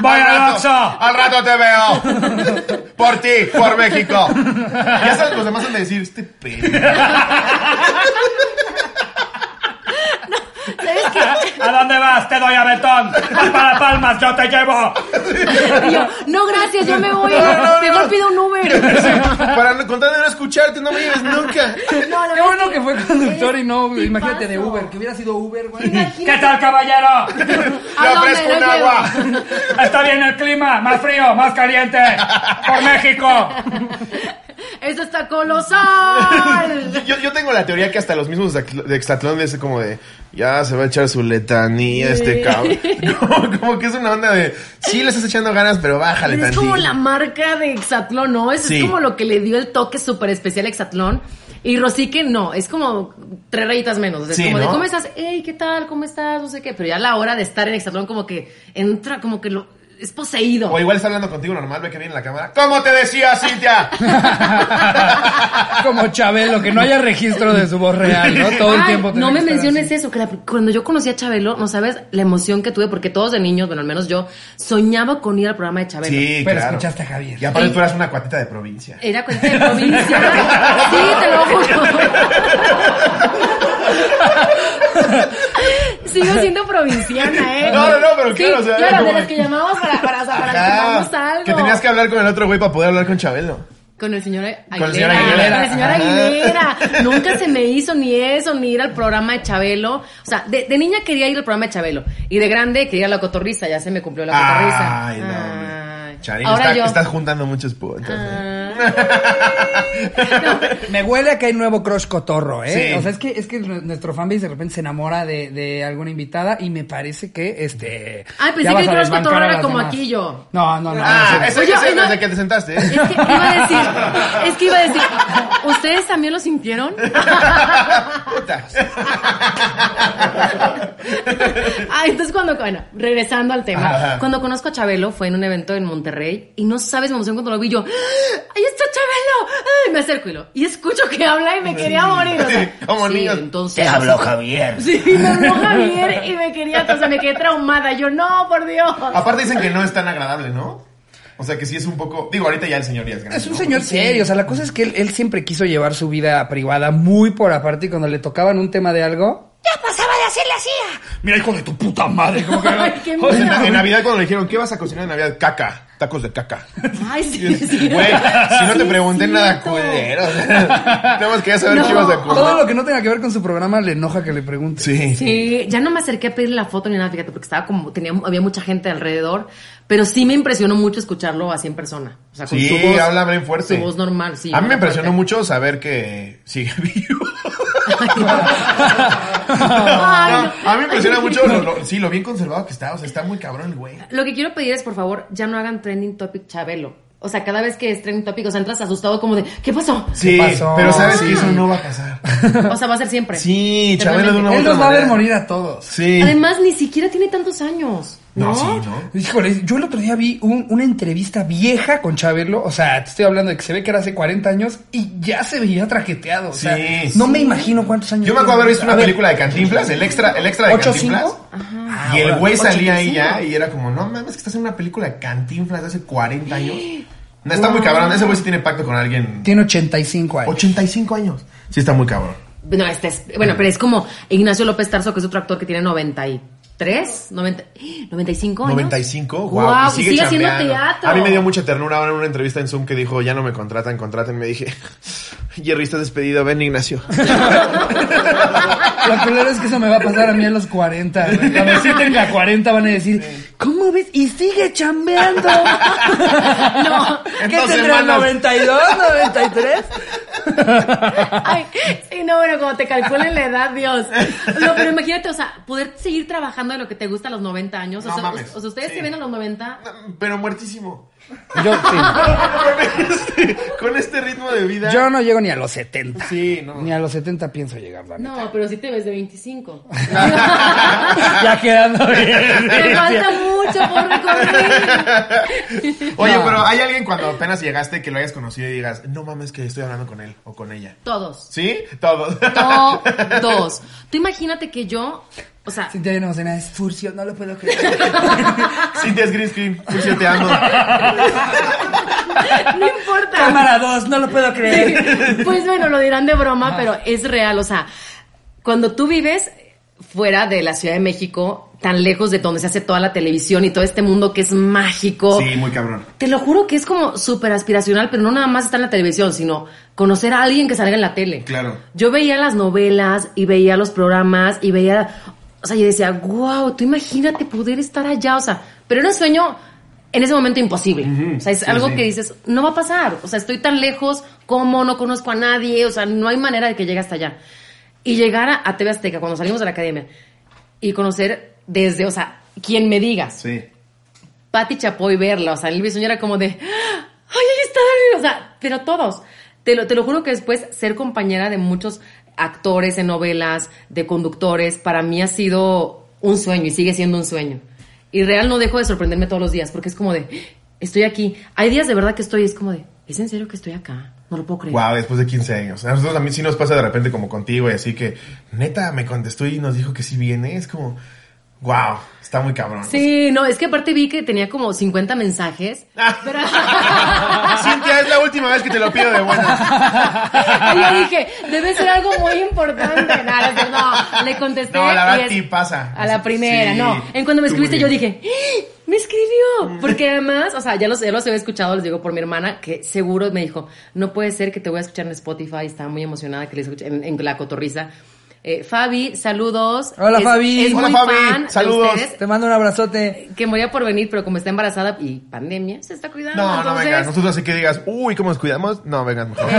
A: Vaya
B: Al rato-
A: Alexa.
B: Al rato te veo. Por ti, por México. Ya sabes, los demás han de decir, este pedo.
C: ¿Sabes qué?
A: ¿A dónde vas? Te doy a Betón. Para Palmas, yo te llevo.
C: Y yo, no, gracias, yo me voy.
B: no,
C: Mejor
B: no.
C: pido un Uber.
B: Para no, contar de no escucharte, no me lleves nunca.
C: No, la
A: Qué
C: verdad
A: bueno
C: es
A: que fue conductor y no,
C: tipazo.
A: imagínate de Uber, que hubiera sido Uber, güey.
C: Imagínate.
A: tal, caballero?
C: ¿A
B: Le
C: dónde?
B: ofrezco
C: Ah, No
B: un
C: llego.
B: agua.
A: Está bien el clima, más frío, más caliente. Por México.
C: Eso está colosal.
B: Yo, yo tengo la teoría que hasta los mismos de Actl- de Exatlón es como de, ya se va a echar su letanía este cabrón. Como, como que es una onda de, sí le estás echando ganas, pero bájale
C: Es
B: tantito.
C: como la marca de Exatlón, ¿no? Eso
B: Sí.
C: es como lo que le dio el toque súper especial a Exatlón. Y Rosique no, es como tres rayitas menos. O sea, es
B: Sí,
C: como de
B: ¿no?
C: cómo estás, hey, ¿qué tal? ¿Cómo estás? No sé qué. Pero ya a la hora de estar en Exatlón, como que entra, como que lo. Es poseído.
B: O igual está hablando contigo normal, ve que viene la cámara. ¿Cómo te decía, Cintia?
A: Como Chabelo, que no haya registro de su voz real, ¿no? Todo el
C: Ay,
A: tiempo.
C: No
A: tiene
C: me
A: que estar
C: menciones
A: así.
C: eso, que la- cuando yo conocí a Chabelo, no sabes la emoción que tuve, porque todos de niños, bueno, al menos yo, soñaba con ir al programa de Chabelo.
B: sí,
A: Pero
B: claro.
A: escuchaste a Javier.
B: Y aparte tú eras una cuatita de provincia.
C: Era cuenta de provincia. sí, te lo juro. Sigo siendo provinciana, ¿eh?
B: No, no, no, pero
C: Sí,
B: claro, o sea,
C: claro,
B: era como-
C: de las que llamamos para, para, o sea, para
B: Ajá.
C: las que llamamos algo.
B: que tenías que hablar con el otro güey para poder hablar con Chabelo.
C: Con el señor Aguilera.
B: Con el señor Aguilera.
C: Con el señor
B: Ajá.
C: Aguilera. Nunca se me hizo ni eso, ni ir al programa de Chabelo. O sea, de, de niña quería ir al programa de Chabelo. Y de grande quería la cotorriza. Ya se me cumplió la cotorriza.
B: Ay, no.
C: Ay.
B: hombre. Charín,
C: Ahora
B: está-
C: yo. Ah.
B: estás juntando muchos puntos. eh.
C: Ay.
A: Me huele a que hay nuevo crush cotorro, ¿eh?
B: Sí.
A: O sea, es que, es que nu- nuestro fanbase de repente se enamora de, de alguna invitada y me parece que, este...
C: Ay, pensé
A: ya
C: que
A: vas
C: el
A: a
C: crush
A: desbancar
C: cotorro
A: a
C: era
A: las
C: como
A: demás.
C: aquí yo.
A: No, no, no.
B: Ah,
A: no sé.
B: ese,
C: Oye,
B: ese
C: oiga.
B: desde que te sentaste. ¿eh?
C: Es que iba a decir, es que iba a decir, ¿ustedes también lo sintieron?
B: Puta.
C: Ah, entonces cuando, bueno, regresando al tema,
B: Ajá.
C: cuando conozco a Chabelo fue en un evento en Monterrey y no sabes mi emoción cuando lo vi yo, ¡Ah! ¡ahí está Chabelo! ¡Ah! Y me acerco y lo, y escucho que habla y me quería morir. O sea,
B: Como
C: sí,
B: niños.
C: entonces,
D: Javier?
C: Sí, me habló Javier y me quería, o sea, me quedé traumada. Yo, no, por Dios.
B: Aparte dicen que no es tan agradable, ¿no? O sea, que sí es un poco... Digo, ahorita ya el señor ya es grande.
A: Es un
B: ¿no?
A: señor serio, o sea, la cosa es que él, él siempre quiso llevar su vida privada muy por aparte y cuando le tocaban un tema de algo...
E: Ya pasaba de hacerle así a-
A: Mira, hijo de tu puta madre, como que...
C: Ay, qué
B: O sea, en,
C: miedo.
B: en Navidad cuando le dijeron, ¿qué vas a cocinar en Navidad? Caca. Tacos de caca.
C: Ay, sí, sí.
B: Güey, si no te
C: Sí,
B: pregunté
C: es
B: nada
C: cierto.
B: culero. o sea, Nada más quería saber
C: No.
B: qué ibas a
A: Todo
B: comer.
A: lo que no tenga que ver con su programa le enoja que le pregunte.
B: Sí.
C: Sí, ya no me acerqué a pedirle la foto ni nada, fíjate, porque estaba como, tenía, había mucha gente alrededor, pero sí me impresionó mucho escucharlo así en persona. O sea, con
B: Sí,
C: su voz,
B: habla bien fuerte.
C: Su voz normal, sí.
B: a mí me
C: habla
B: impresionó
C: fuerte.
B: mucho saber que sigue vivo.
C: Ay,
B: No,
C: no.
B: a mí me impresiona mucho, lo- lo- sí, lo bien conservado que está. O sea, está muy cabrón el güey.
C: Lo que quiero pedir es, por favor, ya no hagan trending topic Chabelo. O sea, cada vez que es trending topic, o sea, entras asustado como de, ¿qué pasó?
B: Sí,
A: pasó?
B: pero sabes
A: Sí.
B: que eso no va a pasar.
C: O sea, va a ser siempre.
B: Sí, Chabelo de una u
A: Él
B: otra
A: nos va a ver
B: manera.
A: morir a todos.
B: Sí.
C: Además, ni siquiera tiene tantos años. No,
B: no, sí, ¿no?
A: Híjole, yo el otro día vi un- una entrevista vieja con Chabelo, o sea, te estoy hablando de que se ve que era hace 40 años y ya se veía traqueteado, o sea,
B: Sí,
A: no
B: sí.
A: me imagino cuántos años.
B: Yo me acuerdo
A: tiene.
B: haber visto
A: A
B: una
A: ver,
B: película de Cantinflas, el extra, el extra de
A: ¿Ocho,
B: Cantinflas.
A: cinco? Ah,
B: Y el güey
C: ocho,
B: salía ahí
C: cinco.
B: ya y era como, no mames, que estás en una película de Cantinflas de hace 40 años. No, está muy cabrón. Ese güey sí tiene pacto con alguien.
A: Tiene 85 años.
B: 85 años. Sí, está muy cabrón.
C: No, este es, bueno, pero es como Ignacio López Tarso, que es otro actor que tiene 90 y ¿Tres? ¿Noventa? ¿95 años?
B: 95, wow.
C: Guau,
B: y sigue,
C: haciendo
B: chambeando.
C: teatro.
B: A mí me dio mucha ternura ahora en una entrevista en Zoom que dijo, ya no me contratan, contraten. Me dije, Jerry, estás despedido, ven Ignacio.
A: Lo peor es que eso me va a pasar a mí a los 40. güey. Cuando sí tenga 40 van a decir, ¿cómo ves? Y sigue chambeando.
C: No.
A: ¿Qué
B: En dos
A: tendrá?
B: semanas.
A: ¿92? ¿93?
C: Ay, sí, no, bueno, como te calculen la edad, Dios. No, pero imagínate, o sea, poder seguir trabajando de lo que te gusta a los 90 años. O,
B: No
C: sea,
B: mames.
C: o sea, ustedes
B: Sí.
C: que ven a los 90.
B: Pero muertísimo.
A: Yo sí.
B: Con este ritmo de vida.
A: Yo no llego ni a los 70.
B: Sí, no.
A: Ni a los 70 pienso llegar, la neta.
C: No, pero sí te ves de 25.
A: Ya quedando bien.
C: Te falta mucho por recorrer.
B: Oye,
A: No.
B: pero hay alguien cuando apenas llegaste que lo hayas conocido y digas, no mames que estoy hablando con él o con ella.
C: Todos.
B: ¿Sí? Todos.
C: Todos. Tú imagínate que yo, o sea,
A: Cintia ya no hace nada, es furcio, no lo puedo creer.
B: Cintia es green screen. Furcio, te amo.
C: no importa.
A: Cámara 2, no lo puedo creer.
C: Pues bueno, lo dirán de broma, pero es real. O sea, cuando tú vives fuera de la Ciudad de México, tan lejos de donde se hace toda la televisión y todo este mundo que es mágico.
B: Sí, muy cabrón.
C: Te lo juro que es como súper aspiracional, pero no nada más estar en la televisión, sino conocer a alguien que salga en la tele.
B: Claro.
C: Yo veía las novelas y veía los programas y veía. O sea, yo decía, wow, tú imagínate poder estar allá. O sea, pero era un sueño en ese momento imposible. o sea, es
B: sí,
C: algo
B: sí.
C: que dices, no va a pasar. O sea, estoy tan lejos, como no conozco a nadie. O sea, no hay manera de que llegue hasta allá. Y llegar a, a TV Azteca cuando salimos de la academia y conocer desde, o sea, quien me digas.
B: Sí.
C: Pati Chapoy verla, o sea, el bisoño era como de, "¡Ah! ¡ay, ahí está! O sea, pero todos. Te lo, te lo juro que después ser compañera de muchos actores en novelas, de conductores, para mí ha sido un sueño y sigue siendo un sueño. Y real no dejo de sorprenderme todos los días, porque es como de, "Ah, estoy aquí. Hay días de verdad que estoy, es como de, ¿es en serio que estoy acá? No lo puedo creer.
B: Wow, después de 15 años. A nosotros también sí nos pasa de repente como contigo y así que, neta, me contestó y nos dijo que sí viene. Es como, wow, está muy cabrón.
C: Sí, no, es que aparte vi que tenía como 50 mensajes. Pero...
B: Cintia, es la última vez que te lo pido de buenas.
C: Ay, yo dije, debe ser algo muy importante. Nada, no, no, le contesté.
B: No, la
C: y
B: verdad
C: es-
B: sí pasa.
C: A la primera,
B: Sí.
C: no. En cuando me
B: Tú
C: escribiste,
B: muy
C: yo
B: bien.
C: dije, ¡Ah! me escribió. Porque además, o sea, ya los, ya los había escuchado, les digo por mi hermana, que seguro me dijo, no puede ser que te voy a escuchar en Spotify. Estaba muy emocionada que le escuché en, en la cotorriza. Eh, Fabi, saludos.
A: Hola,
C: Es-
A: Fabi.
C: Es
B: Hola,
C: muy
B: Fabi.
C: fan de
B: Saludos.
C: ustedes,
A: Te mando un abrazote.
C: Que moría por venir, pero como está embarazada y pandemia, se está cuidando.
B: No, no
C: entonces-
B: vengas. Nosotros así que digas, uy, ¿cómo nos cuidamos? No, vengas mejor.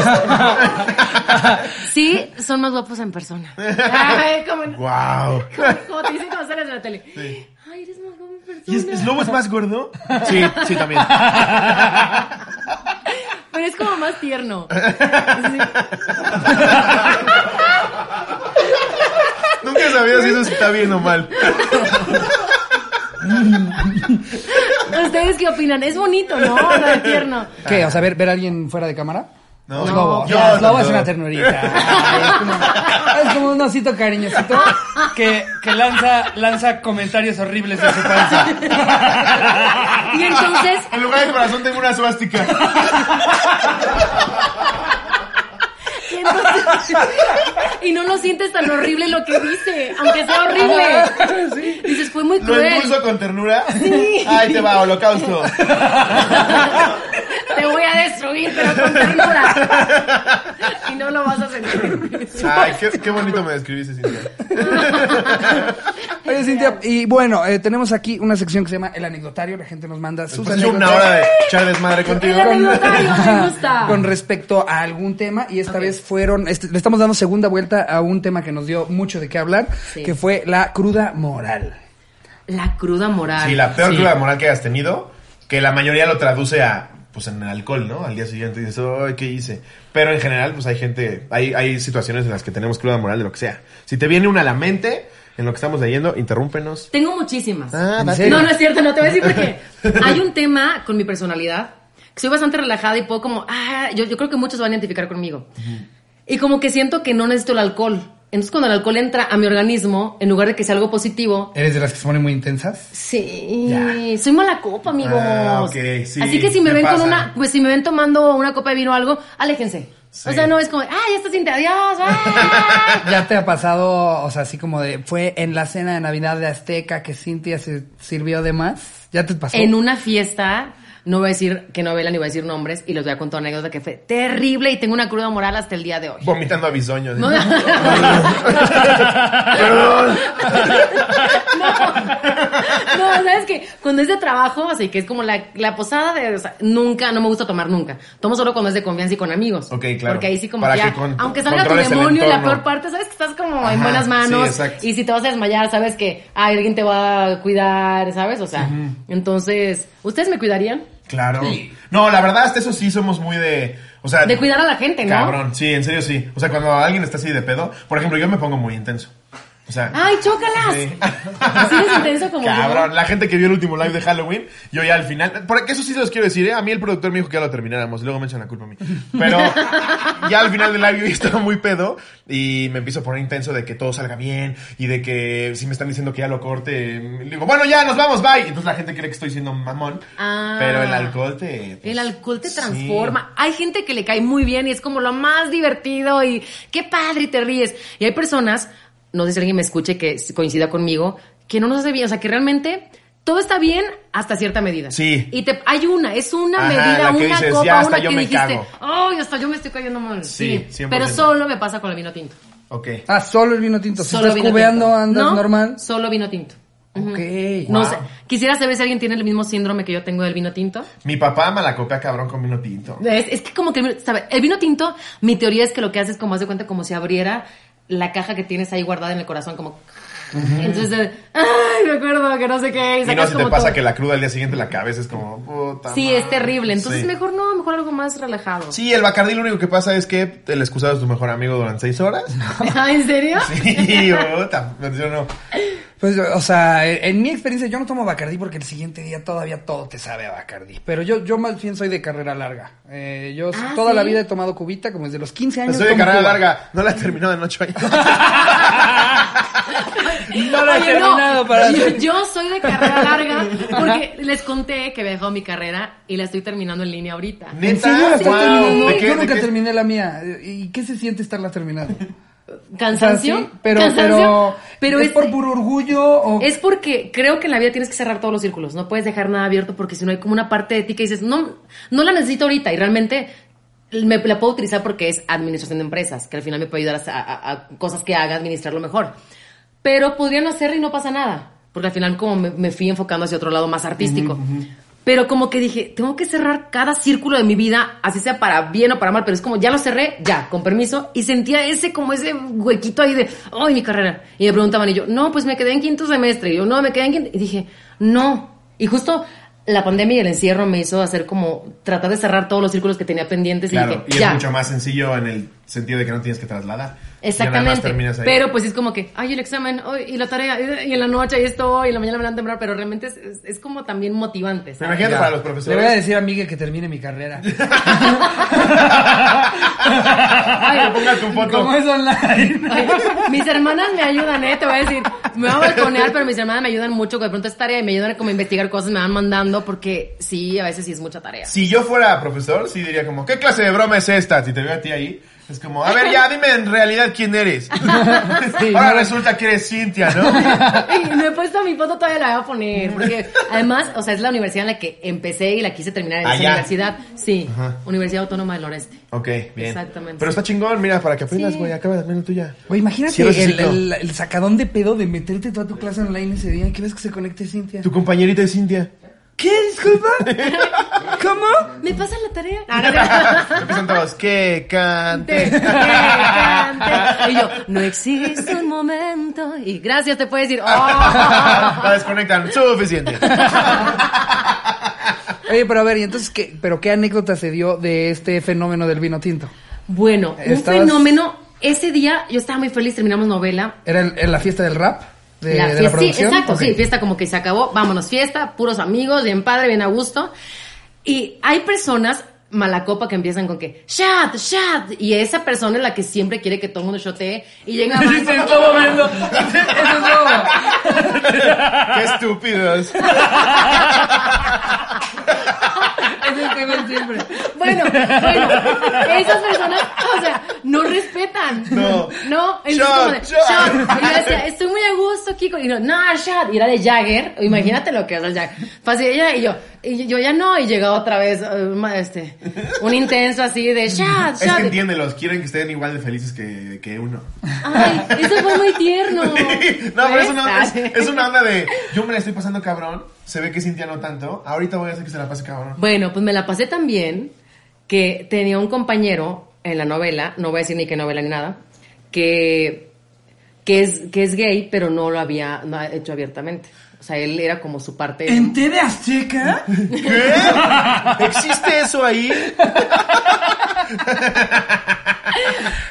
C: Sí, son más guapos en persona. Ay, cómo no.
B: wow.
C: Como te dicen cuando sales de la tele. Ay, eres más guapo en
B: ¿Y es,
C: persona.
B: es lobo es más gordo? Sí, sí, también.
C: Pero es como más tierno.
B: Nunca he sabido si eso está bien o mal.
C: ¿Ustedes qué opinan? Es bonito, ¿no? No es tierno.
A: ¿Qué? O sea, ver, ver a alguien fuera de cámara.
B: No.
A: O es lobo.
B: No,
A: Ya, es lobo
B: no,
A: es
B: no.
A: una ternurita. Ay, Es como, es como un osito cariñosito que, que lanza, lanza comentarios horribles de su panza.
C: Y entonces,
B: En lugar de corazón tengo una suástica.
C: y entonces- y no lo sientes tan horrible lo que dice, aunque sea horrible. Dices, fue muy
B: Lo
C: cruel.
B: impulso con ternura. Ay, te va, holocausto.
C: Te voy a destruir, pero con ternura. Y no lo vas a sentir.
B: Ay, qué, qué bonito me describiste, Cintia.
A: Oye, Cintia, y bueno, eh, tenemos aquí una sección que se llama El Anecdotario. La gente nos manda sus
B: Después de Pues, una
A: anécdotas.
B: hora de echar desmadre contigo.
C: El anecdotario me gusta.
A: con respecto a algún tema y esta vez fueron este, le estamos dando segunda vuelta a un tema que nos dio mucho de qué hablar
C: Sí.
A: que fue la cruda moral
C: La cruda moral.
B: Sí, la peor
C: Sí.
B: cruda moral que hayas tenido, que la mayoría lo traduce a, pues en el alcohol, ¿no? Al día siguiente dices, ay, ¿qué hice? Pero en general, pues hay gente, hay, hay situaciones en las que tenemos cruda moral de lo que sea. Si te viene una a la mente, en lo que estamos leyendo, interrúmpenos.
C: Tengo muchísimas.
B: Ah,
A: ¿En
B: date.
A: serio?
C: No, no es cierto, no te voy a decir por qué. Hay un tema con mi personalidad, que soy bastante relajada y puedo como, ah, yo, yo creo que muchos van a identificar conmigo. Y como que siento que no necesito el alcohol. Entonces cuando el alcohol entra a mi organismo, en lugar de que sea algo positivo,
A: eres de las que se ponen muy intensas
C: sí, soy mala copa, amigos.
B: Ah, ok, sí,
C: Así que si me
B: me
C: ven con
B: pasa.
C: una, pues si me ven tomando una copa de vino o algo, aléjense. O sea, no es como, ah, ya estás sin adiós, bye".
A: ¿Ya te ha pasado, o sea, así como de, fue en la cena de Navidad de Azteca que Cintia se sirvió de más? ¿Ya te pasó?
C: En una fiesta, no voy a decir que novela ni voy a decir nombres, y les voy a contar una anécdota que fue terrible y tengo una cruda moral hasta el día de hoy.
B: Vomitando a bisoño.
C: No,
B: así. Perdón.
C: No, sabes que cuando es de trabajo, así que es como la, la posada de. o sea, nunca, no me gusta tomar nunca. Tomo solo cuando es de confianza y con amigos.
B: Ok, claro.
C: Porque ahí sí, como
B: Para
C: que ya,
B: que con-
C: aunque salga tu
B: controles el
C: demonio en la
B: entorno.
C: peor parte, sabes que estás como en
B: Ajá,
C: buenas
B: sí,
C: manos.
B: exacto.
C: y si te vas a desmayar, sabes que ay, alguien te va a cuidar, ¿sabes? O sea, entonces, ¿ustedes me cuidarían?
B: Claro. No, la verdad, hasta eso sí somos muy de. O sea,
C: De cuidar a la gente, ¿no?
B: Ah, Cabrón, sí, en serio sí. O sea, cuando alguien está así de pedo, por ejemplo, yo me pongo muy intenso. O sea.
C: ¡Ay, chócalas!
B: Sí.
C: Así eres intenso como yo.
B: Cabrón, la gente que vio el último live de Halloween, yo ya al final. Porque eso sí se los quiero decir, ¿eh? A mí el productor me dijo que ya lo termináramos, y luego me echan la culpa a mí. Pero ya al final del live yo ya estaba muy pedo y me empiezo a poner intenso de que todo salga bien y de que si me están diciendo que ya lo corte, le digo, bueno, ya nos vamos, bye. Entonces la gente cree que estoy siendo mamón.
C: Ah.
B: Pero el alcohol te. pues,
C: El alcohol te
B: sí.
C: transforma. Hay gente que le cae muy bien y es como lo más divertido y qué padre y te ríes. Y hay personas, no sé si alguien me escuche que coincida conmigo, que no nos hace bien, o sea, que realmente todo está bien hasta cierta medida.
B: Sí.
C: Y te, hay una, es una
B: Ajá,
C: medida,
B: la que
C: una
B: dices,
C: copa,
B: "Ya, hasta
C: una
B: yo
C: que
B: me
C: dijiste,
B: cago".
C: "Ay, hasta yo me estoy cayendo mal."
B: Sí, 100%.
C: pero solo me pasa con el vino tinto.
B: Ok.
A: Ah, solo el vino tinto. Si
C: Solo
A: estás
C: vino
A: cubeando,
C: tinto.
A: andas
C: No,
A: normal.
C: Solo vino tinto.
A: Ok.
C: No
B: Wow.
C: sé, quisiera saber si alguien tiene el mismo síndrome que yo tengo del vino tinto.
B: Mi papá me la copia cabrón con vino tinto.
C: Es, es que como que, el vino- sabe, el vino tinto, mi teoría es que lo que hace es como, hace cuenta como si abriera la caja que tienes ahí guardada en el corazón, como... Entonces, de- ay, me acuerdo que no sé qué, y
B: Y
C: sacas
B: no si te
C: como
B: pasa
C: todo.
B: que la cruda al día siguiente la cabeza es como, puta
C: Sí,
B: madre.
C: es terrible, entonces
B: Sí.
C: mejor no, mejor algo más relajado.
B: Sí, el Bacardí lo único que pasa es que el excusado es tu mejor amigo durante seis horas.
C: Ah, ¿En serio?
B: Sí, puta, yo no.
A: Pues, o sea, en en mi experiencia yo no tomo Bacardí porque el siguiente día todavía todo te sabe a Bacardí. Pero yo, yo más bien soy de carrera larga. Eh, yo
C: Ah,
A: toda la
C: ¿sí?
A: vida he tomado cubita, como desde los 15 años.
B: Soy de
A: tomo
B: carrera
A: cuba.
B: larga, no la he terminado en ocho años.
A: No la he
C: Oye, no,
A: terminado para
C: yo,
A: hacer-
C: yo soy de carrera larga porque les conté que había dejado mi carrera y la estoy terminando en línea ahorita.
B: Ni-
A: ¿En serio la estás
B: Wow.
A: terminando?
B: ¿De qué-
A: Yo
B: de
A: nunca
B: qué?
A: terminé la mía. ¿Y qué se siente estarla terminando? O sea,
C: ¿Cansancio?
A: sí, pero,
C: ¿Cansancio?
A: pero,
C: Pero
A: ¿es
C: este-
A: por puro orgullo o
C: Es porque creo que en la vida tienes que cerrar todos los círculos, no puedes dejar nada abierto porque si no hay como una parte de ti que dices, no, no la necesito ahorita y realmente me la puedo utilizar porque es administración de empresas, que al final me puede ayudar a, a- a cosas que haga, administrarlo mejor. Pero podría no hacerlo y no pasa nada, porque al final como me, me fui enfocando hacia otro lado más artístico. Pero como que dije, tengo que cerrar cada círculo de mi vida, así sea para bien o para mal, pero es como, ya lo cerré, ya, con permiso. Y sentía ese, como ese huequito ahí de, ¡ay, mi carrera! Y me preguntaban, y yo, no, pues me quedé en quinto semestre. Y yo, no, me quedé en quinto. Y dije, no. Y justo la pandemia y el encierro me hizo hacer como, tratar de cerrar todos los círculos que tenía pendientes. y
B: Claro,
C: dije,
B: y es
C: ya.
B: mucho más sencillo en el sentido de que no tienes que trasladar. Ya nada más
C: Exactamente.
B: terminas ahí.
C: Pero pues es como que, ay, el examen, ay, y la tarea, y en la noche, y esto, y en la mañana me van a temblar, pero realmente es, es- es como también motivante.
B: Pero
C: ¿sabes?
B: imagínate
A: Ya.
B: para los
A: Le voy a
B: profesores.
A: decir a Miguel que termine mi carrera.
B: Ay, que ponga tu
A: Como
B: foto.
A: es online.
C: Ay, mis hermanas me ayudan, ¿eh? Te voy a decir, me voy a balconear, pero mis hermanas me ayudan mucho, que de pronto es tarea y me ayudan como a investigar cosas, me van mandando, porque sí, a veces sí es mucha tarea.
B: Si yo fuera profesor, sí diría como, ¿qué clase de broma es esta? Si te veo a ti ahí, es como, a ver, ya dime en realidad quién eres.
A: Sí,
B: Ahora
A: no.
B: resulta que eres Cintia, ¿no?
C: Y no he puesto mi foto, todavía la voy a poner, porque además, o sea, es la universidad en la que empecé y la quise terminar en esa
B: Allá.
C: universidad. Sí,
B: Ah, Ajá.
C: Universidad Autónoma del Noreste.
B: Ok, bien.
C: Exactamente.
B: Pero está chingón, mira, para que aprendas,
C: Sí.
B: güey, acaba de aprender tuya.
A: Güey, imagínate
B: Cierra ese
A: el,
B: ciclo.
A: el- el sacadón de pedo de meterte toda tu clase online ese día. ¿Qué ves que se conecte Cintia?
B: Tu compañerita es Cintia.
A: ¿Qué? Disculpa. ¿Cómo?
C: ¿Me pasan la tarea? Ah, no, no.
B: Empiezan todos, que
C: Te-
B: cante.
C: te cante. Y yo, no existe un momento. Y gracias, te puedes ir. "Oh".
B: La desconectan, suficiente.
A: Oye, pero a ver, ¿y entonces qué? ¿Pero qué anécdota se dio de este fenómeno del vino tinto?
C: Bueno,
A: Estabas-
C: un fenómeno. Ese día yo estaba muy feliz, terminamos novela.
A: ¿Era el- en la fiesta del rap? ¿De de la,
C: fiesta,
A: producción?
C: Sí, exacto,
A: Ok.
C: sí, fiesta como que se acabó. Vámonos, fiesta, puros amigos, bien padre, bien a gusto. Y hay personas malacopa que empiezan con que shot, shot. Y esa persona es la que siempre quiere que todo el mundo shotee y llega a
A: Sí, sí, estaba viendo. Eso es todo.
B: Qué estúpidos.
C: Es el
A: este güey siempre.
C: Bueno, bueno, esas personas, o sea, no respetan.
B: No.
C: No, es
B: Shot,
C: como de,
B: shot.
C: shot. Y yo decía, estoy muy a gusto, Kiko. Y yo, no, shot. Y era de Jagger, imagínate lo que es el Jagger. Pasé ella y yo, y yo ya no, y llegaba otra vez, eh, ma- este, un intenso así de shot,
B: Es que
C: shot.
B: entiéndelos, quieren que estén igual de felices que, que uno.
C: Ay, eso fue muy tierno. Pues,
B: no, pero es una, es,
C: Ay.
B: es una onda de yo me la estoy pasando cabrón, se ve que Cintia no tanto, ahorita voy a hacer que se la pase cabrón.
C: Bueno, pues me la pasé tan bien que tenía un compañero en la novela, no voy a decir ni qué novela ni nada, que, que, es, que es gay, pero no lo había no ha hecho abiertamente. O sea, él era como su parte.
A: ¿En TV Azteca?
B: ¿Qué? ¿Existe eso ahí?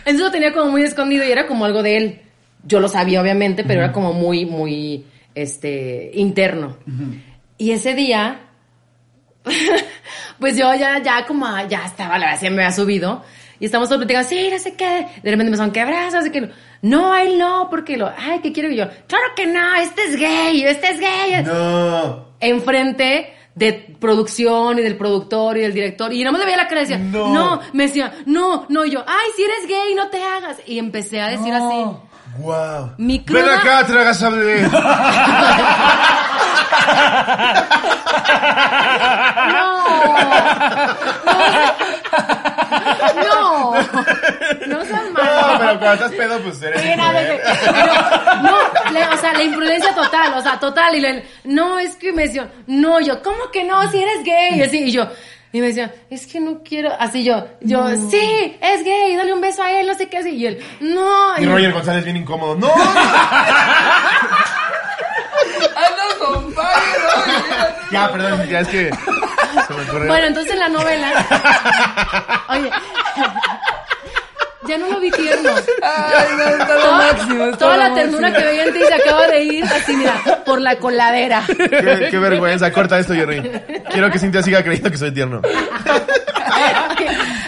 C: Entonces lo tenía como muy escondido y era como algo de él. Yo lo sabía, obviamente, pero era como muy, muy este, interno. Y ese día, pues yo ya, ya como, ya estaba, la verdad, se me había subido. Y estamos todos platicando, sí, no sé qué. De repente me son que abrazos, así que no. No, a él no, porque lo, ay, ¿qué quiero? Y yo, claro que no, este es gay, este es gay.
B: No.
C: Enfrente de producción y del productor y del director. Y no me le veía la cara y decía,
B: No.
C: no. me decía, no, no. Y yo, ay, si eres gay, no te hagas. Y empecé a decir así.
A: No.
B: Wow.
C: Mi
B: Ven
C: cruda-
B: acá, tragasable.
C: No. No. No seas
B: No,
C: malo.
B: pero cuando estás pedo, pues eres.
C: Era de que-
B: imprudente.
C: pero, no, le- o sea, la imprudencia total, o sea, total. Y le, no, es que me decía, no, yo, ¿cómo que no? Si eres gay, y así, y yo, y me decía, es que no quiero, así yo, yo, sí, es gay, dale un beso a él, no sé qué, así, y él, no,
B: Y
C: yo,
B: Roger González bien incómodo. No,
A: Ando con padre, ¿no?
B: ya, perdón, ya es que se me ocurrió.
C: Bueno, entonces en la novela. Oye. Ya no lo vi tierno.
A: Ay, no, está lo
C: Toda,
A: máximo. está
C: toda
A: lo
C: la
A: máximo.
C: ternura que veía en ti se acaba de ir así, mira, por la coladera.
B: qué, qué vergüenza, corta esto, Jerry. Quiero que Cintia siga creyendo que soy tierno.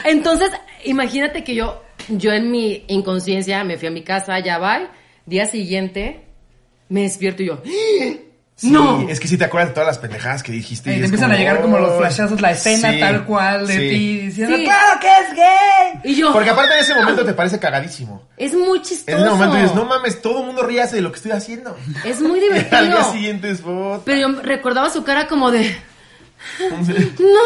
C: Entonces, imagínate que yo, yo en mi inconsciencia me fui a mi casa, ya va, día siguiente me despierto y yo,
B: Sí,
C: No.
B: Es que si te acuerdas de todas las pendejadas que dijiste.
A: Y
B: y
A: te Eh,
B: es "Oh,
A: empiezan a llegar como oh, los flashazos, la escena
B: Sí,
A: tal cual de
B: sí.
A: ti diciendo,
C: Sí.
A: ¡Claro que es gay!
C: y yo,
B: Porque aparte en ese momento te parece cagadísimo.
C: es muy
B: En
C: chistoso.
B: ese momento dices, no mames, todo el mundo ríase de lo que estoy haciendo.
C: es muy
B: Y al día
C: divertido.
B: siguiente es "Oh, bot.
C: Pero yo recordaba su cara como de,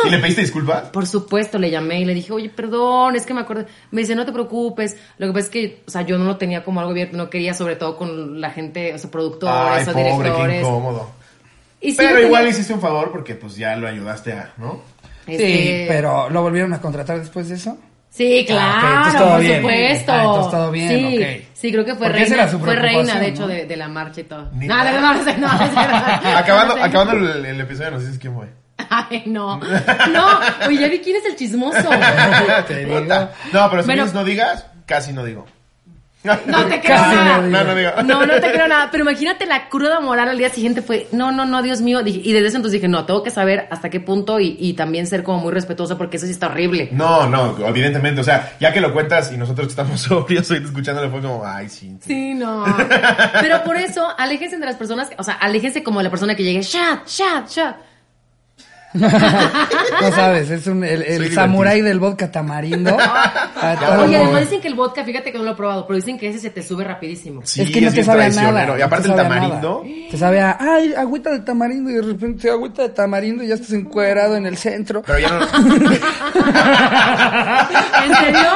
B: ¿Y le pediste disculpas?
C: Por supuesto, le llamé y le dije, oye, perdón, es que me acordé. Me dice, no te preocupes. Lo que pasa es que, o sea, yo no lo tenía como algo abierto, no quería, sobre todo con la gente, o sea,
B: Ay,
C: productores o
B: pobre, qué
C: directores.
B: incómodo.
C: Y sí,
B: Pero
C: yo
B: igual le
C: tenía-
B: hiciste un favor porque pues ya lo ayudaste a, ¿no?
A: Sí,
C: Este,
A: pero ¿lo volvieron a contratar después de eso?
C: Sí,
A: Ah, ok, entonces
C: claro,
A: todo
C: por
A: bien.
C: supuesto.
A: Ah, entonces todo bien,
C: sí,
A: ok.
C: sí, creo que fue
A: Porque esa
C: reina.
A: era su
C: Fue reina,
A: preocupación,
C: de hecho,
A: ¿no?
C: de, de la marcha y todo.
B: Ni-
C: No, no, no, no, no, no, no, no.
B: Acabando,
C: No, no.
B: acabando el, el episodio nos dices quién fue.
C: Ay, no. No, oye, ya vi quién es el chismoso.
A: Te digo.
B: Puta. No, pero si
C: Bueno.
B: dices no digas, casi no digo.
C: No te creo
A: Casi
C: nada.
A: no
B: No, no digo.
C: No, no te creo nada. Pero imagínate la cruda moral al día siguiente fue, no, no, no, Dios mío. Dije- Y desde eso entonces dije, no, tengo que saber hasta qué punto y, y también ser como muy respetuosa porque eso sí está horrible.
B: No, no, evidentemente, o sea, ya que lo cuentas y nosotros que estamos sobrios ahorita escuchándolo fue como, ay, sí.
C: Sí, no. Pero por eso, aléjense de las personas, que- o sea, aléjense como de la persona que llegue, chat, chat, chat.
A: No sabes, es un, el,
B: Soy
A: el
B: divertido.
A: samurái del vodka tamarindo. A todo mundo.
C: Oye, además dicen que el vodka, fíjate que no lo he probado, pero dicen que ese se te sube rapidísimo.
B: Sí,
A: es que no te
B: bien
A: sabe a
B: traicionero.
A: nada.
B: Y aparte
A: no
B: el
A: te sabe a
B: tamarindo.
A: nada. Te sabe a, ay, agüita de tamarindo y de repente agüita de tamarindo y ya estás encuadrado en el centro.
B: Pero ya no.
C: ¿En serio?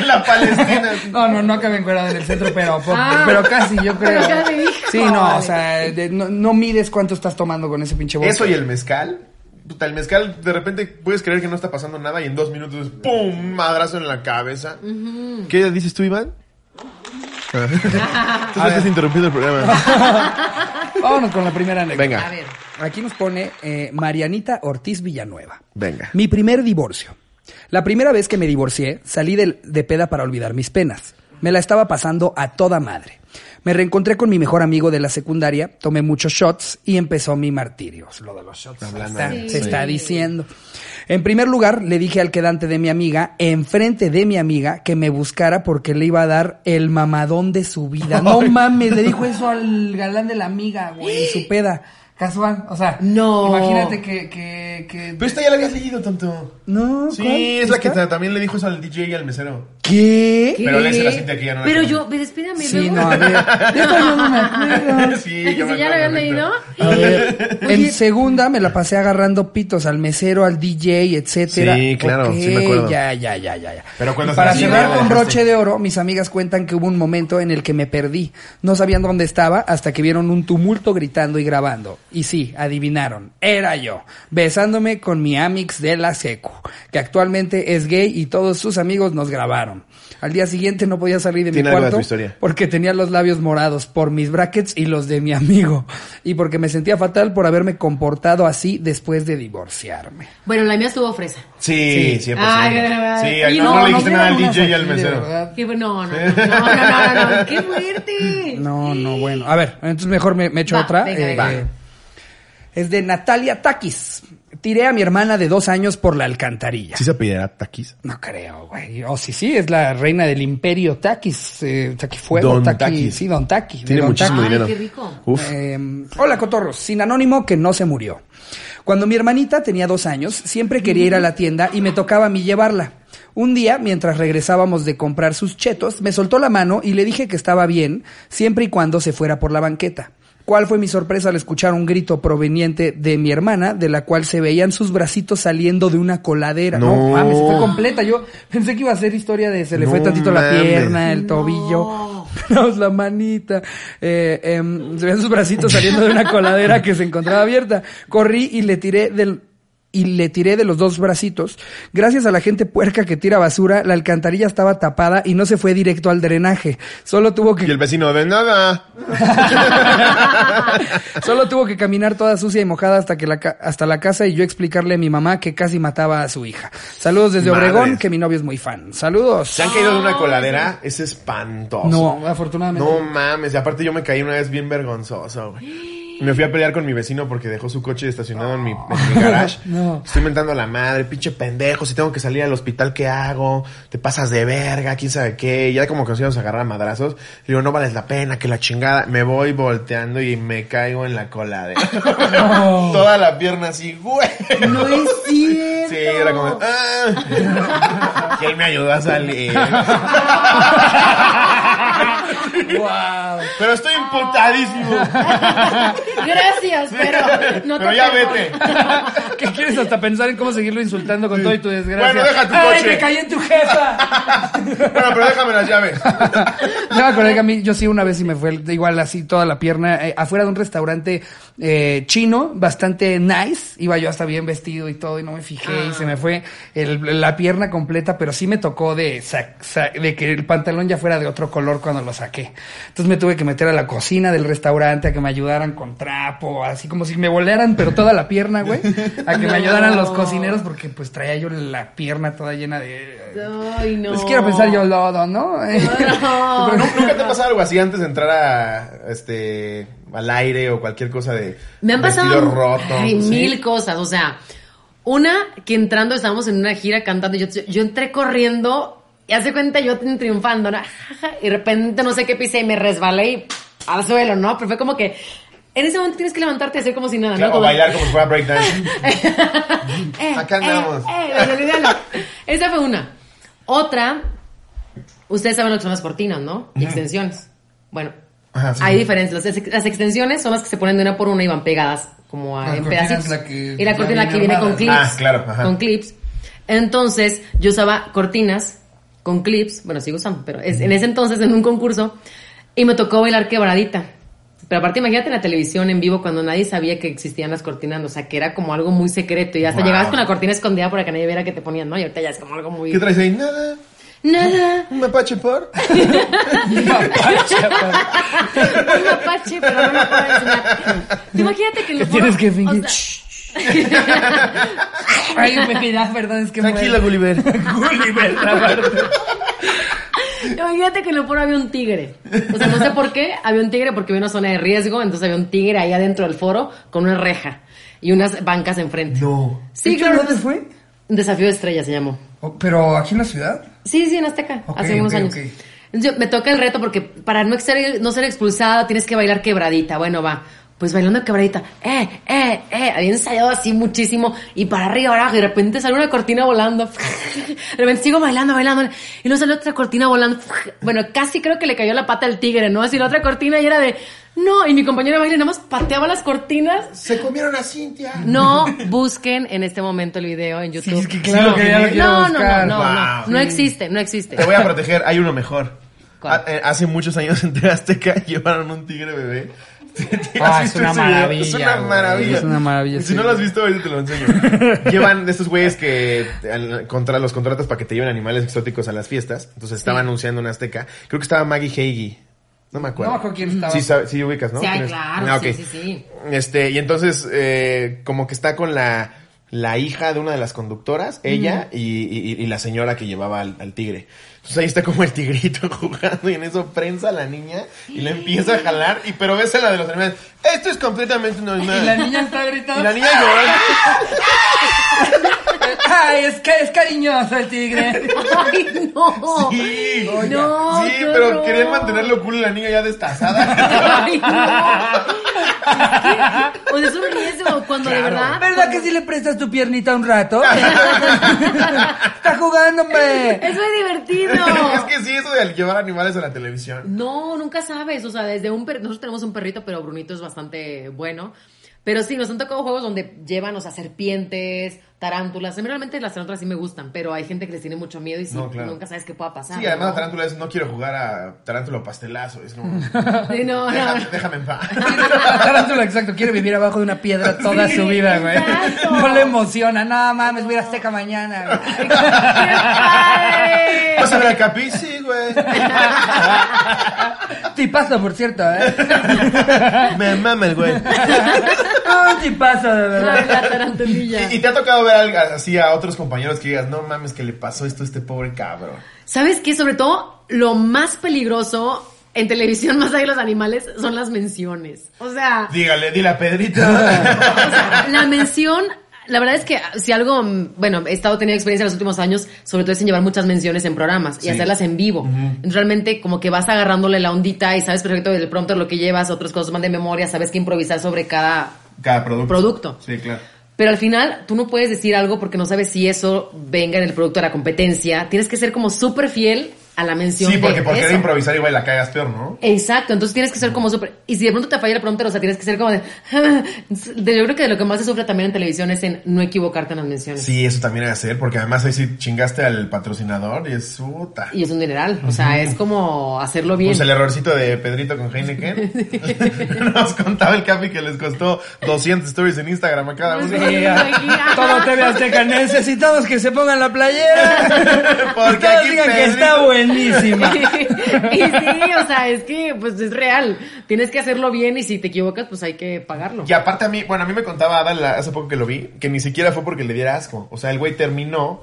B: en la Palestina. sí.
A: No, no, no acabé encuerado en el centro, pero, po-
C: Ah.
A: pero casi, yo creo.
C: Pero ya le dijo.
A: sí, no, o sea, de- no, no mides cuánto estás tomando con ese pinche vodka.
B: Eso y el mezcal. Puta, el mezcal, de repente puedes creer que no está pasando nada y en dos minutos, ¡pum! Madrazo en la cabeza. ¿Qué dices tú, Iván? Ah. Tú no estás interrumpiendo el programa.
A: Vámonos con la primera anécdota.
C: A
B: Venga,
C: ver.
A: Aquí nos pone eh, Marianita Ortiz Villanueva.
B: venga.
A: Mi primer divorcio. La primera vez que me divorcié, salí del- de, peda para olvidar mis penas. Me la estaba pasando a toda madre. Me reencontré con mi mejor amigo de la secundaria, tomé muchos shots y empezó mi martirio. Lo de los shots.
B: Hablando
A: está-
B: de-
A: Se
B: sí.
A: está diciendo. En primer lugar, le dije al quedante de mi amiga, enfrente de mi amiga, que me buscara porque le iba a dar el mamadón de su vida. No mames, le dijo eso al galán de la amiga, güey, en su peda. Casual, o sea,
C: No.
A: imagínate que, que, que-
B: Pero esta ya la habías leído, tonto.
A: No,
B: Sí,
A: ¿cuál?
B: es la que
A: ¿Esta?
B: ta- también le dijo eso al DJ y al mesero.
A: ¿Qué?
C: ¿Qué?
B: Pero léesela, Cintia, que ya no la
C: Pero
B: conozco.
C: yo, ve, despídame
A: Sí,
C: luego.
A: no, a ver. Esta yo no me acuerdo.
B: Sí, yo
C: ¿Si
B: me
C: ya
B: acuerdo
C: la habían
B: perfecto.
C: leído?
A: A ver, en segunda me la pasé agarrando pitos al mesero, al DJ, etcétera.
B: Sí, claro,
A: Ok,
B: sí me acuerdo.
A: Ya, ya, ya, ya. ya.
B: Pero cuando
A: Y para
B: se
A: cerrar
B: nació,
A: con
B: dejaste.
A: broche de oro, mis amigas cuentan que hubo un momento en el que me perdí. No sabían dónde estaba hasta que vieron un tumulto gritando y grabando. Y sí, adivinaron. Era yo, besándome con mi Amix de la Secu, que actualmente es gay y todos sus amigos nos grabaron. Al día siguiente no podía salir de mi
B: Tiene algo de
A: cuarto
B: tu historia.
A: porque tenía los labios morados por mis brackets y los de mi amigo. Y porque me sentía fatal por haberme comportado así después de divorciarme.
C: Bueno, la mía estuvo fresa.
B: Sí, 100%.
C: Ay, ay, ay.
B: sí, ahí
C: Y
B: no,
C: no,
B: le
C: nos
B: dijiste nada al
A: dieron
B: DJ y
A: unas
B: al
A: aquí, de
B: mesero.
A: verdad.
C: Qué bu- no, no, no, no, no, no, no, no, qué fuerte.
A: No, no, bueno. A ver, entonces mejor me, me echo
C: Va,
A: otra.
C: venga,
A: Eh,
C: venga.
A: eh, Es de Natalia Takis. Tiré a mi hermana de dos años por la alcantarilla.
B: se ah, pedirá taquis?
A: No creo, güey. O sí, sí, es la reina del imperio Takis. Eh, Taquifuego,
B: Don
A: Taki-
B: Takis.
A: Sí, Don Taki. de
B: Tiene
A: Don
B: muchísimo
A: Taki.
C: Ay,
B: dinero.
C: qué rico.
B: Uf.
A: Eh, hola Cotorros, sin anónimo que no se murió. Cuando mi hermanita tenía dos años, siempre quería ir a la tienda y me tocaba a mí llevarla. Un día, mientras regresábamos de comprar sus chetos, me soltó la mano y le dije que estaba bien, siempre y cuando se fuera por la banqueta. ¿Cuál fue mi sorpresa al escuchar un grito proveniente de mi hermana, de la cual se veían sus bracitos saliendo de una coladera? No,
B: No.
A: mames, fue completa. Yo pensé que iba a ser historia de se le fue
B: No
A: tantito la
B: mames.
A: pierna, el tobillo. No, es la manita. Eh, em, se veían sus bracitos saliendo de una coladera que se encontraba abierta. Corrí y le tiré del y le tiré de los dos bracitos. Gracias a la gente puerca que tira basura, la alcantarilla estaba tapada y no se fue directo al drenaje. Solo tuvo
B: Y el
A: que
B: vecino de nada.
A: solo tuvo que caminar toda sucia y mojada hasta que la ca- hasta la casa y yo explicarle a mi mamá que casi mataba a su hija. Saludos desde
B: Madres.
A: Obregón, que mi novio es muy fan. Saludos.
B: Se han caído de una coladera, es espantoso.
A: No, afortunadamente.
B: No mames, y aparte yo me caí una vez bien vergonzoso, güey. Me fui a pelear con mi vecino porque dejó su coche estacionado en mi, en mi garage.
A: No.
B: Estoy inventando a la madre, pinche pendejo, si tengo que salir al hospital, ¿qué hago? Te pasas de verga, quién sabe qué. Y ya como que nos íbamos a agarrar a madrazos. Le digo, no vales la pena, que la chingada. Me voy volteando y me caigo en la coladera. Toda la pierna así, güey.
C: No es cierto.
B: Sí, era como... "Ah". Y él me ayudó a salir.
A: Wow.
B: Pero estoy imputadísimo.
C: Gracias, pero no te
B: Pero ya
C: perdono.
B: vete.
A: ¿Qué quieres hasta pensar en cómo seguirlo insultando con todo y tu desgracia?
B: Bueno, deja tu
A: ¡Ay,
B: coche!
A: me caí en tu jefa!
B: Bueno, pero déjame las llaves.
A: Yo me acordé que a mí, yo sí una vez y me fue igual así toda la pierna, eh, afuera de un restaurante eh, chino, bastante nice, iba yo hasta bien vestido y todo y no me fijé y se me fue el- la pierna completa, pero sí me tocó de, sa- sa- de que el pantalón ya fuera de otro color cuando lo saqué. Entonces me tuve que meter a la cocina del restaurante a que me ayudaran con trapo, así como si me volaran, pero toda la pierna, güey, a que me ayudaran los cocineros porque pues traía yo la pierna toda llena de...
C: Ay, no.
A: Pues quiero pensar yo lodo, ¿no?
C: No.
B: Pero nu- nunca te ha pasado algo así antes de entrar a este al aire o cualquier cosa de
C: Me han
B: vestido
C: pasado
B: roto. pues
C: ay,
B: ¿sí?
C: mil cosas, o sea, una que entrando estábamos en una gira cantando, yo, yo entré corriendo y hace cuenta yo triunfando, ¿no? y de repente no sé qué pisé y me resbalé y al suelo, ¿no? Pero fue como que en ese momento tienes que levantarte y hacer como si nada,
B: Claro,
C: ¿no?
B: o
C: Como-
B: bailar como si fuera breakdance.
C: Eh,
B: Acá andamos.
C: eh, eh, bueno, olvídalo. Esa fue una. Otra, ustedes saben lo que son las cortinas, ¿no? Y extensiones. Bueno,
B: Ajá, sí.
C: hay diferencias. Las, ex- las extensiones son las que se ponen de una por una y van pegadas como a-
A: La
C: en
A: cortina es
C: pedacitos.
A: la que
C: y la
A: ya
C: cortina
A: viene
C: que viene con
A: armada.
C: clips.
B: Ah, claro, ajá.
C: Con clips. Entonces, yo usaba cortinas con clips. Bueno, sigo usando, pero es- en ese entonces, en un concurso, y me tocó bailar quebradita. Pero aparte, imagínate la televisión en vivo cuando nadie sabía que existían las cortinas, o sea, que era como algo muy secreto y hasta
B: Wow.
C: llegabas con la cortina escondida para que nadie viera que te ponían, ¿no? Y ahorita ya es como algo muy...
B: ¿Qué traes ahí? Nada.
C: Nada,
B: Un mapache por.
C: un mapache, pero no lo puedo enseñar. Tú Imagínate que... en los
A: Tienes
C: foros-
A: que
C: o
A: fingir.
C: sea-
A: Ay, me da verdad es que
B: Tranquila,
A: muero.
B: Gulliver.
A: Gulliver, la verdad.
C: Imagínate que en el foro había un tigre. O sea, no sé por qué había un tigre, porque había una zona de riesgo, entonces había un tigre ahí adentro del foro con una reja y unas bancas enfrente.
B: No.
C: Sí,
A: ¿Esto
C: claro.
A: dónde
C: entonces-
A: fue?
C: Desafío de estrella se llamó.
A: Oh, Pero aquí en la ciudad.
C: Sí, sí, en Azteca,
A: Ok,
C: hace unos
A: ok,
C: años.
A: ok.
C: Entonces, yo- me toca el reto porque para no ser, no ser expulsada tienes que bailar quebradita. Bueno, va. pues bailando quebradita, eh, eh, eh, había ensayado así muchísimo y para arriba, abajo, y de repente sale una cortina volando, de repente sigo bailando, bailando, y luego sale otra cortina volando, bueno, casi creo que le cayó la pata al tigre, ¿no? Así la otra cortina y era de, no, y mi compañero de baile nada más pateaba las cortinas.
B: Se comieron a Cintia.
C: No busquen en este momento el video en YouTube.
A: Sí, es que claro
C: no,
A: que ya lo quiero
C: no,
A: buscar.
C: no, no, no, no,
B: Wow.
C: no existe, no existe.
B: Te voy a proteger, hay uno mejor.
C: ¿Cuál?
B: Ha- eh, hace muchos años en TV Azteca llevaron un tigre bebé.
A: Ah,
B: ¿Has
A: es
B: visto
A: una
B: ese video?
A: maravilla,
B: Es una
A: güey,
B: maravilla.
A: es una maravilla,
B: Si
A: sí.
B: no lo has visto, ahorita te lo enseño. Llevan de estos güeyes que te- al- contra los contratas para que te lleven animales exóticos a las fiestas. Entonces estaba anunciando en Azteca. Creo que estaba Maggie Hagee. No me acuerdo.
A: No me acuerdo quién estaba.
B: Sí, sabe- sí ubicas, ¿no?
C: Sí, ay,
B: ¿Quién es?
C: claro,
B: Ah,
C: sí,
B: ok.
C: sí, sí.
B: Este, y entonces, eh, como que está con la, la hija de una de las conductoras, ella y, y- y la señora que llevaba al, al tigre. Entonces ahí está como el tigrito jugando y en eso prensa a la niña y la empieza a jalar. Y pero ves a la de los animales, esto es completamente normal.
A: Y la niña está gritando.
B: Y la niña llorando.
C: ¡Ah!
A: Ay, es, ca- es cariñoso el tigre.
C: Ay, no.
B: Sí,
C: No,
B: sí,
C: qué
B: pero
C: horror.
B: querían mantenerlo cool y la niña ya destazada.
C: Ay, no. Es que, o sea, es un riesgo cuando de
B: Claro.
C: verdad.
A: ¿Verdad que si le prestas tu piernita un rato? está jugando, hombre.
C: Es muy divertido.
B: es que sí, eso de llevar animales a la televisión.
C: No, nunca sabes. O sea, desde un perrito. Nosotros tenemos un perrito, pero Brunito es bastante bueno. Pero sí, nos han tocado juegos donde llevan, o sea, serpientes, tarántulas. A mí realmente las tarántulas sí me gustan, pero hay gente que les tiene mucho miedo y sí,
B: No, claro.
C: nunca sabes qué pueda pasar.
B: Sí, además
C: ¿no?
B: la tarántula es no quiero jugar a tarántula o pastelazo. Es como,
C: Sí, no, no,
B: déjame,
C: no.
B: déjame en paz.
A: Tarántula, exacto, quiere vivir abajo de una piedra toda su vida, güey.
C: exacto.
A: No le emociona, no mames, voy a ir a Azteca mañana.
C: ¡Qué
A: güey.
C: padre!
B: ¿Vas Pues, a ver a Capi? Sí, güey.
A: Tipazo, por cierto, ¿eh?
B: Me mama el güey.
A: Un tipazo, de
C: Ay,
A: verdad.
C: La tarantulilla.
B: ¿Y, y te ha tocado ver algo así a otros compañeros que digas, no mames, que le pasó esto a este pobre cabrón?
C: ¿Sabes qué? Sobre todo, lo más peligroso en televisión, más allá de los animales, son las menciones. O sea,
B: Dígale, dile a Pedrito.
C: o sea, la mención. La verdad es que si algo, mm, bueno, he estado teniendo experiencia en los últimos años, sobre todo es en llevar muchas menciones en programas y
B: Sí.
C: hacerlas en vivo. Entonces, Realmente como que vas agarrándole la ondita y sabes perfecto del prompter lo que llevas, otros cosas más de memoria, sabes que improvisar sobre cada
B: Cada producto.
C: Producto.
B: Sí, claro.
C: Pero al final, tú no puedes decir algo porque no sabes si eso venga en el producto de la competencia. Tienes que ser como súper fiel a la mención.
B: Sí, porque
C: de
B: por querer
C: eso.
B: improvisar igual la cagas peor, ¿no?
C: Exacto, entonces tienes que ser como súper... Y si de pronto te falla el prompter, o sea, tienes que ser como de... de- Yo creo que de lo que más se sufre también en televisión es en no equivocarte en las menciones.
B: Sí, eso también hay que hacer, porque además ahí sí chingaste al patrocinador y es puta.
C: Y es un dineral, o sea, es como hacerlo bien.
B: Pues el errorcito de Pedrito con Heineken. Nos contaba el Capi que les costó 200 stories en Instagram a cada uno.
A: Sí, ah, Todo TV Azteca, necesitamos que se pongan la playera.
B: Porque
A: Y todos
B: aquí
A: digan que
B: Pedrito-
A: está buenísima.
C: y sí, o sea, es que pues es real. Tienes que hacerlo bien y si te equivocas, pues hay que pagarlo.
B: Y aparte a mí, bueno, a mí me contaba Adal la- hace poco que lo vi, que ni siquiera fue porque le diera asco. O sea, el güey terminó,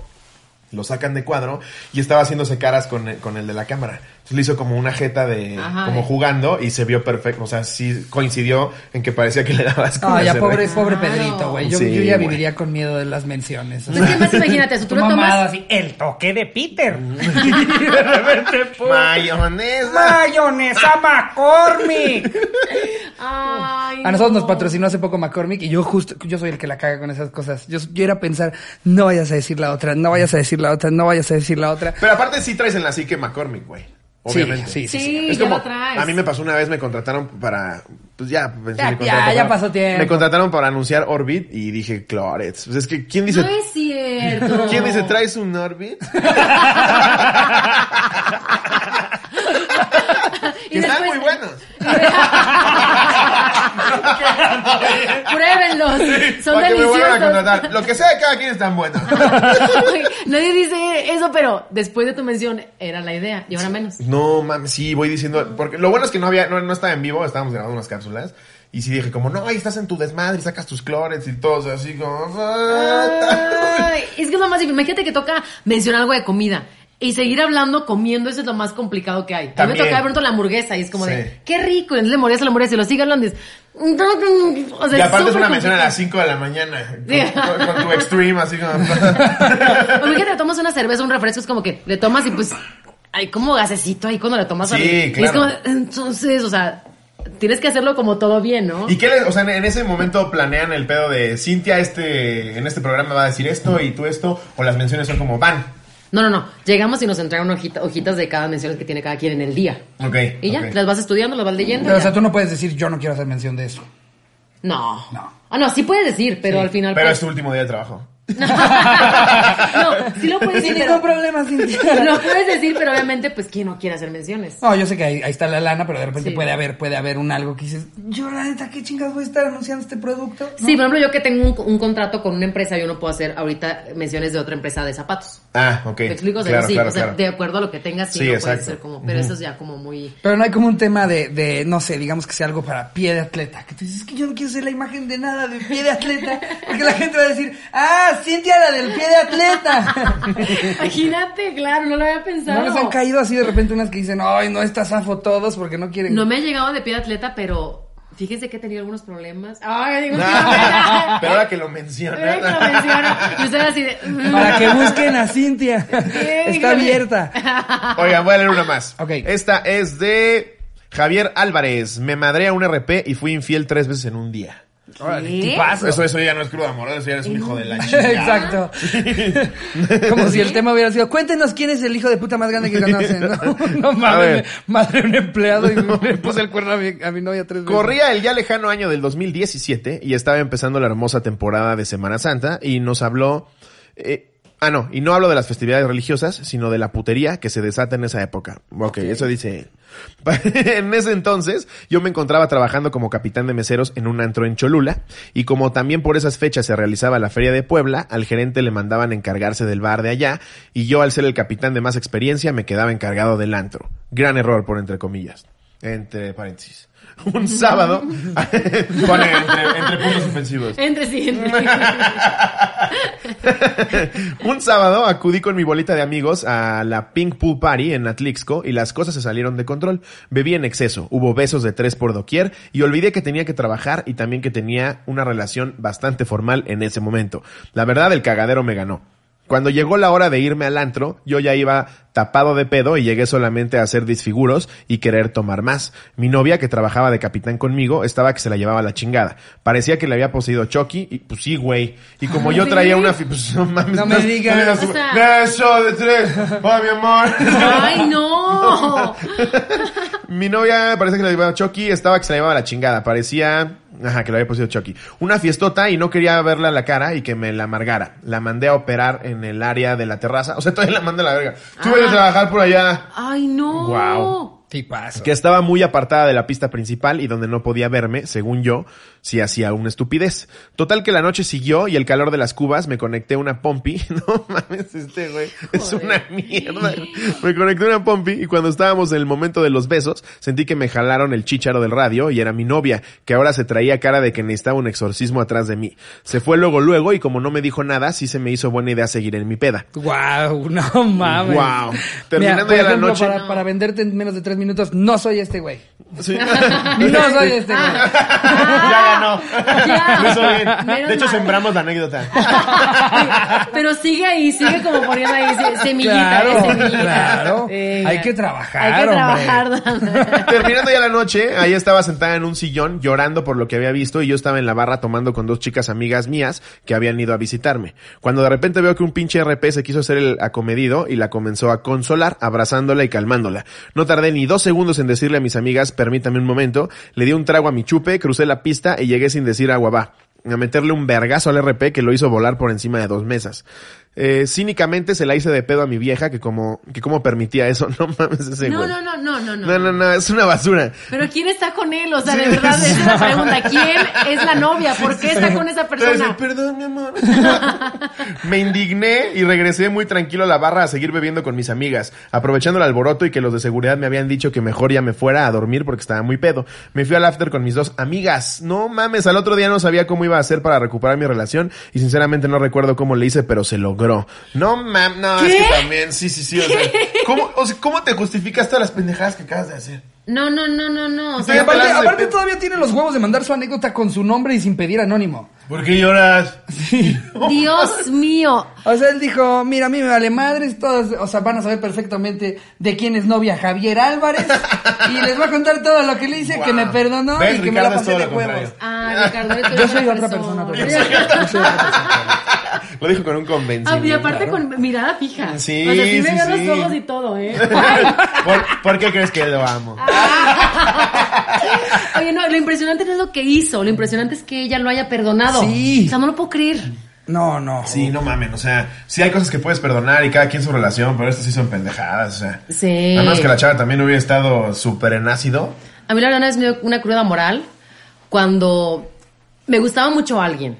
B: lo sacan de cuadro y estaba haciéndose caras con el, con el de la cámara. Entonces le hizo como una jeta de,
C: Ajá.
B: como jugando y se vio perfecto. O sea, sí coincidió en que parecía que le daba asco.
A: No,
B: de
A: ya
B: hacer-
A: pobre, pobre
C: Claro.
A: Pedrito, güey. Yo,
B: Sí,
A: yo ya
B: güey.
A: viviría con miedo de las menciones. o
C: Pues es
A: sea.
C: que más imagínate, si tú
A: Tu
C: lo
A: mamada
C: tomas...
A: así, el toque de Peter. y de repente, ¡pum!
B: Mayonesa.
A: mayonesa McCormick.
C: Ay,
A: A nosotros nos
C: no.
A: patrocinó hace poco McCormick y yo justo, yo soy el que la caga con esas cosas. Yo, yo era a pensar, no vayas a decir la otra, no vayas a decir la otra, no vayas a decir la otra.
B: Pero aparte sí traes en la psique McCormick, güey. Obviamente.
A: Sí, sí, sí.
C: Sí,
B: Es
C: ya
B: como,
C: lo traes.
B: A mí me pasó una vez, me contrataron para. Pues ya, pensé,
A: Ya,
B: me
A: ya,
B: contrataron.
A: ya pasó tiempo.
B: Me contrataron para anunciar Orbit y dije, Clorets. Pues es que, ¿quién dice,
C: No es cierto.
B: ¿quién dice traes un Orbit?
C: Y
B: que están
C: después-
B: muy buenos.
C: Pruébenlos. Son
B: Para que me vuelvan a
C: deliciosos.
B: contratar. Lo que sea de cada quien es tan bueno.
C: Oye, Nadie dice eso, pero después de tu mención era la idea y ahora menos.
B: No, mames, sí, voy diciendo. Porque lo bueno es que no había, no, no estaba en vivo, estábamos grabando unas cápsulas. Y sí dije, como, no, ahí estás en tu desmadre, sacas tus clorets y todo, así como. "Ah,
C: Ay, es que es lo más difícil. Imagínate que toca mencionar algo de comida. Y seguir hablando, comiendo, eso es lo más complicado que hay. A mí me
B: También.
C: tocaba de pronto la hamburguesa y es como
B: Sí.
C: de, qué rico. Y entonces le morías a la hamburguesa y lo sigue hablando. y es, o sea,
B: y aparte es
C: súper
B: una mención a
C: complicado.
B: las 5 de la mañana. Con,
C: Sí.
B: con- con tu extreme, así como.
C: O Imagínate, tomas una cerveza, un refresco, es como que le tomas y pues hay como gasecito ahí cuando le tomas.
B: Sí,
C: a- y es
B: claro.
C: como, entonces, o sea, tienes que hacerlo como todo bien, ¿no?
B: ¿Y qué les, o sea, en ese momento planean el pedo de Cintia este, en este programa va a decir esto y tú esto, o las menciones son como van?
C: No, no, no. Llegamos y nos entregan hojita, hojitas de cada mención que tiene cada quien en el día.
B: Ok.
C: Y ya,
B: ok.
C: las vas estudiando, las vas leyendo.
A: Pero, o
C: ya.
A: sea, tú no puedes decir, yo no quiero hacer mención de eso.
C: No.
A: No.
C: Ah, no, sí puedes decir, pero al final.
B: Pero
C: pues-
B: es tu último día de trabajo.
C: no, sí lo puedes decir. pero-
A: problema,
C: Lo puedes decir, pero obviamente, pues, ¿quién no quiere hacer menciones?
A: No, yo sé que ahí, ahí está la lana, pero de repente
C: Sí.
A: puede haber, puede haber un algo que dices, yo la neta, ¿qué chingas voy a estar anunciando este producto? ¿No?
C: Sí, por ejemplo, yo que tengo un, un contrato con una empresa, yo no puedo hacer ahorita menciones de otra empresa de zapatos.
B: Ah, ok.
C: ¿Me explico? O sea,
B: Claro,
C: sí,
B: claro,
C: o sea,
B: claro.
C: de acuerdo a lo que tengas, sí,
B: Sí,
C: lo
B: exacto.
C: puedes hacer como, pero eso es ya como muy...
A: Pero no hay como un tema de, de, no sé, digamos que sea algo para pie de atleta. Que tú dices, es que yo no quiero ser la imagen de nada de pie de atleta. Porque la gente va a decir, ah, Cintia la del pie de atleta.
C: Imagínate, claro, no lo había pensado.
A: ¿No les han caído así de repente unas que dicen, ay, no está zafo todos porque no quieren...
C: No me ha llegado de pie de atleta, pero fíjense que he tenido algunos problemas. Ay, digo,
B: Ah, pero ahora que lo
C: Ahora que lo
B: mencionas.
C: menciono, y ustedes así de... mm.
A: Para que busquen a Cintia. está
C: híjole.
A: abierta.
B: Oigan, voy a leer una más.
A: Ok.
B: Esta es de Javier Álvarez. Me madré a un RP y fui infiel tres veces en un día.
C: "Mm, ¿Qué?
A: Tipazo.
B: Eso, eso ya no es crudo amor, eso ya eres un hijo de la chingada.
A: Exacto. Como si el tema hubiera sido, cuéntenos quién es el hijo de puta más grande que conocen. No, no
B: A
A: mames,
B: ver.
A: me- madre un empleado y le puse el cuerno a mi, a mi novia tres veces.
B: Corría el ya lejano año del 2017 y estaba empezando la hermosa temporada de Semana Santa y nos habló... eh, ah, no, y no hablo de las festividades religiosas, sino de la putería que se desata en esa época. Ok, eso dice... él. en ese entonces yo me encontraba trabajando como capitán de meseros en un antro en Cholula y como también por esas fechas se realizaba la feria de Puebla, al gerente le mandaban encargarse del bar de allá y yo al ser el capitán de más experiencia me quedaba encargado del antro. Gran error por entre comillas. Entre paréntesis. Un sábado. Pone entre, entre puntos ofensivos.
C: Entre sí, entre.
B: Un sábado acudí con mi bolita de amigos a la Pink Pool Party en Atlixco y las cosas se salieron de control. Bebí en exceso, hubo besos de tres por doquier y olvidé que tenía que trabajar y también que tenía una relación bastante formal en ese momento. La verdad, el cagadero me ganó. Cuando llegó la hora de irme al antro, yo ya iba tapado de pedo y llegué solamente a hacer disfiguros y querer tomar más. Mi novia, que trabajaba de capitán conmigo, estaba que se la llevaba la chingada. Parecía que le había poseído Chucky y pues sí, güey. Y como yo
C: ¿Sí?
B: traía una... fi- Pues, no mames,
A: No me
B: estás-
A: digas.
B: estás-
C: O sea-
B: Beso de tres. Va, mi amor.
C: ¡Ay, no!
B: Mi novia parece que la llevaba Chucky, estaba que se la llevaba la chingada, parecía, ajá, que la había puesto Chucky. Una fiestota y no quería verla a la cara y que me la amargara. La mandé a operar en el área de la terraza, o sea, todavía la mandé a la verga. Tuve que
C: Ah.
B: trabajar por allá.
C: ¡Ay, no!
B: Guau.
A: Tipazo.
B: Que estaba muy apartada de la pista principal y donde no podía verme, según yo, si hacía una estupidez. Total que la noche siguió y el calor de las cubas me conecté una pompi. No mames, este güey es
C: Joder.
B: una mierda. Me conecté una pompi y cuando estábamos en el momento de los besos, sentí que me jalaron el chícharo del radio y era mi novia, que ahora se traía cara de que necesitaba un exorcismo atrás de mí. Se fue luego luego y como no me dijo nada, sí se me hizo buena idea seguir en mi peda.
A: Wow, no mames.
B: Guau.
A: Terminando
B: Terminando
A: por
B: ya la
A: ejemplo,
B: noche-
A: Para, para venderte en menos de tres minutos, no soy este güey.
B: Sí.
A: No soy este güey.
B: Ya ganó.
C: Ya.
B: Lo hizo bien.
C: Menos
B: De hecho,
C: mal.
B: sembramos la anécdota.
C: Pero sigue ahí, sigue como poniendo ahí se- semillita,
A: Claro,
C: eh, semillita.
A: claro.
C: Venga.
A: Hay que trabajar,
C: Hay que
A: hombre.
C: trabajar, Dana.
B: Terminando ya la noche, ahí estaba sentada en un sillón llorando por lo que había visto y yo estaba en la barra tomando con dos chicas amigas mías que habían ido a visitarme. Cuando de repente veo que un pinche RP se quiso hacer el acomedido y la comenzó a consolar, abrazándola y calmándola. No tardé ni dos segundos en decirle a mis amigas, permítame un momento, le di un trago a mi chupe, crucé la pista y llegué sin decir agua va. A meterle un vergazo al RP que lo hizo volar por encima de dos mesas. Eh, cínicamente se la hice de pedo a mi vieja que como, que como permitía eso. No mames ese
C: No,
A: pues.
B: güey.
C: no, no, no, no,
B: No, no, no, es una basura.
C: Pero ¿quién está con él? O sea, de verdad, esa es la pregunta. ¿Quién es la novia? ¿Por qué está con esa persona?
B: Perdón, mi amor. Me indigné y regresé muy tranquilo a la barra a seguir bebiendo con mis amigas, aprovechando el alboroto y que los de seguridad me habían dicho que mejor ya me fuera a dormir porque estaba muy pedo. Me fui al after con mis dos amigas. No mames, al otro día no sabía cómo iba a hacer para recuperar mi relación y sinceramente no recuerdo cómo le hice, pero se logró. No mames, no, es
C: ¿Qué?
B: que también, sí, sí, sí. O sea, ¿cómo, o sea, ¿cómo te justificas todas las pendejadas que acabas de hacer?
C: No, no, no, no, no. O
A: Y
C: sea,
B: Estoy-
A: aparte,
B: Clase de
A: aparte
B: pe-
A: todavía tiene los huevos de mandar su anécdota con su nombre y sin pedir anónimo.
B: ¿Por qué lloras?
C: Dios mío.
A: O sea, él dijo, mira, a mí me vale madres, todas, o sea, van a saber perfectamente de quién es novia Javier Álvarez y les voy a contar todo lo que le hice,
B: Wow.
A: que me perdonó
B: ¿Ves?
A: y que me
B: Ricardo
A: la
B: es
A: pasé
B: todo
A: de
B: lo
A: huevos.
B: contrario.
C: Ah, Ricardo, eres
A: Yo soy otra persona, pero- Yo soy otra persona.
B: Lo dijo con un
C: Ah,
B: convencimiento.
C: y aparte con mirada fija.
B: Sí,
C: O sea, sí me
B: sí,
C: veo
B: sí.
C: los ojos y todo, ¿eh?
B: ¿Por, por qué crees que lo amo?
C: Ah. Oye, no, lo impresionante no es lo que hizo, lo impresionante es que ella lo haya perdonado.
A: Sí.
C: O sea, no lo puedo creer.
A: No, no.
B: Sí, no mamen, o sea, sí hay cosas que puedes perdonar y cada quien su relación, pero estas sí son pendejadas, o sea.
C: Sí.
B: A menos que la chava también hubiera estado súper en ácido.
C: A mí la verdad una vez me dio una cruda moral cuando me gustaba mucho alguien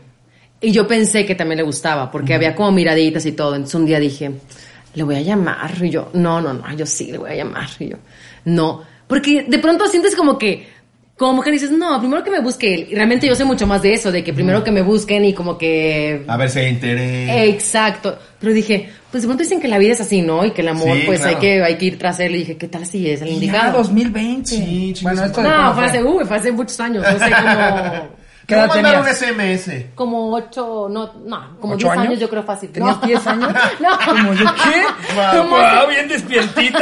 C: y yo pensé que también le gustaba porque había como miraditas y todo. Entonces un día dije, le voy a llamar y yo, no, no, no, yo sí le voy a llamar y yo, no, porque de pronto sientes como que como mujer dices, no, primero que me busque él. Y realmente yo sé mucho más de eso, de que primero que me busquen y como que
B: A ver si hay interés.
C: Exacto. Pero dije, pues de pronto dicen que la vida es así, ¿no? Y que el amor,
B: Sí,
C: pues
B: claro.
C: hay que hay que ir tras él. Y dije, ¿qué tal si es el
A: Ya,
C: indicado?
A: 2020.
B: Sí, chicos.
A: bueno, esto de
C: No,
A: cuándo
C: fue hace, uy, fue hace muchos años. No sé, como,
A: ¿Qué edad
B: No mandaron
A: tenías?
B: un SMS.
C: como ocho, no, no, como
A: ¿Ocho
C: diez años?
A: años?
C: yo creo fácil.
A: ¿Tenías
C: No.
A: 10 años?
C: No.
A: Como yo, ¿qué?
B: Guau,
A: Como
B: guau,
A: bien despiertita.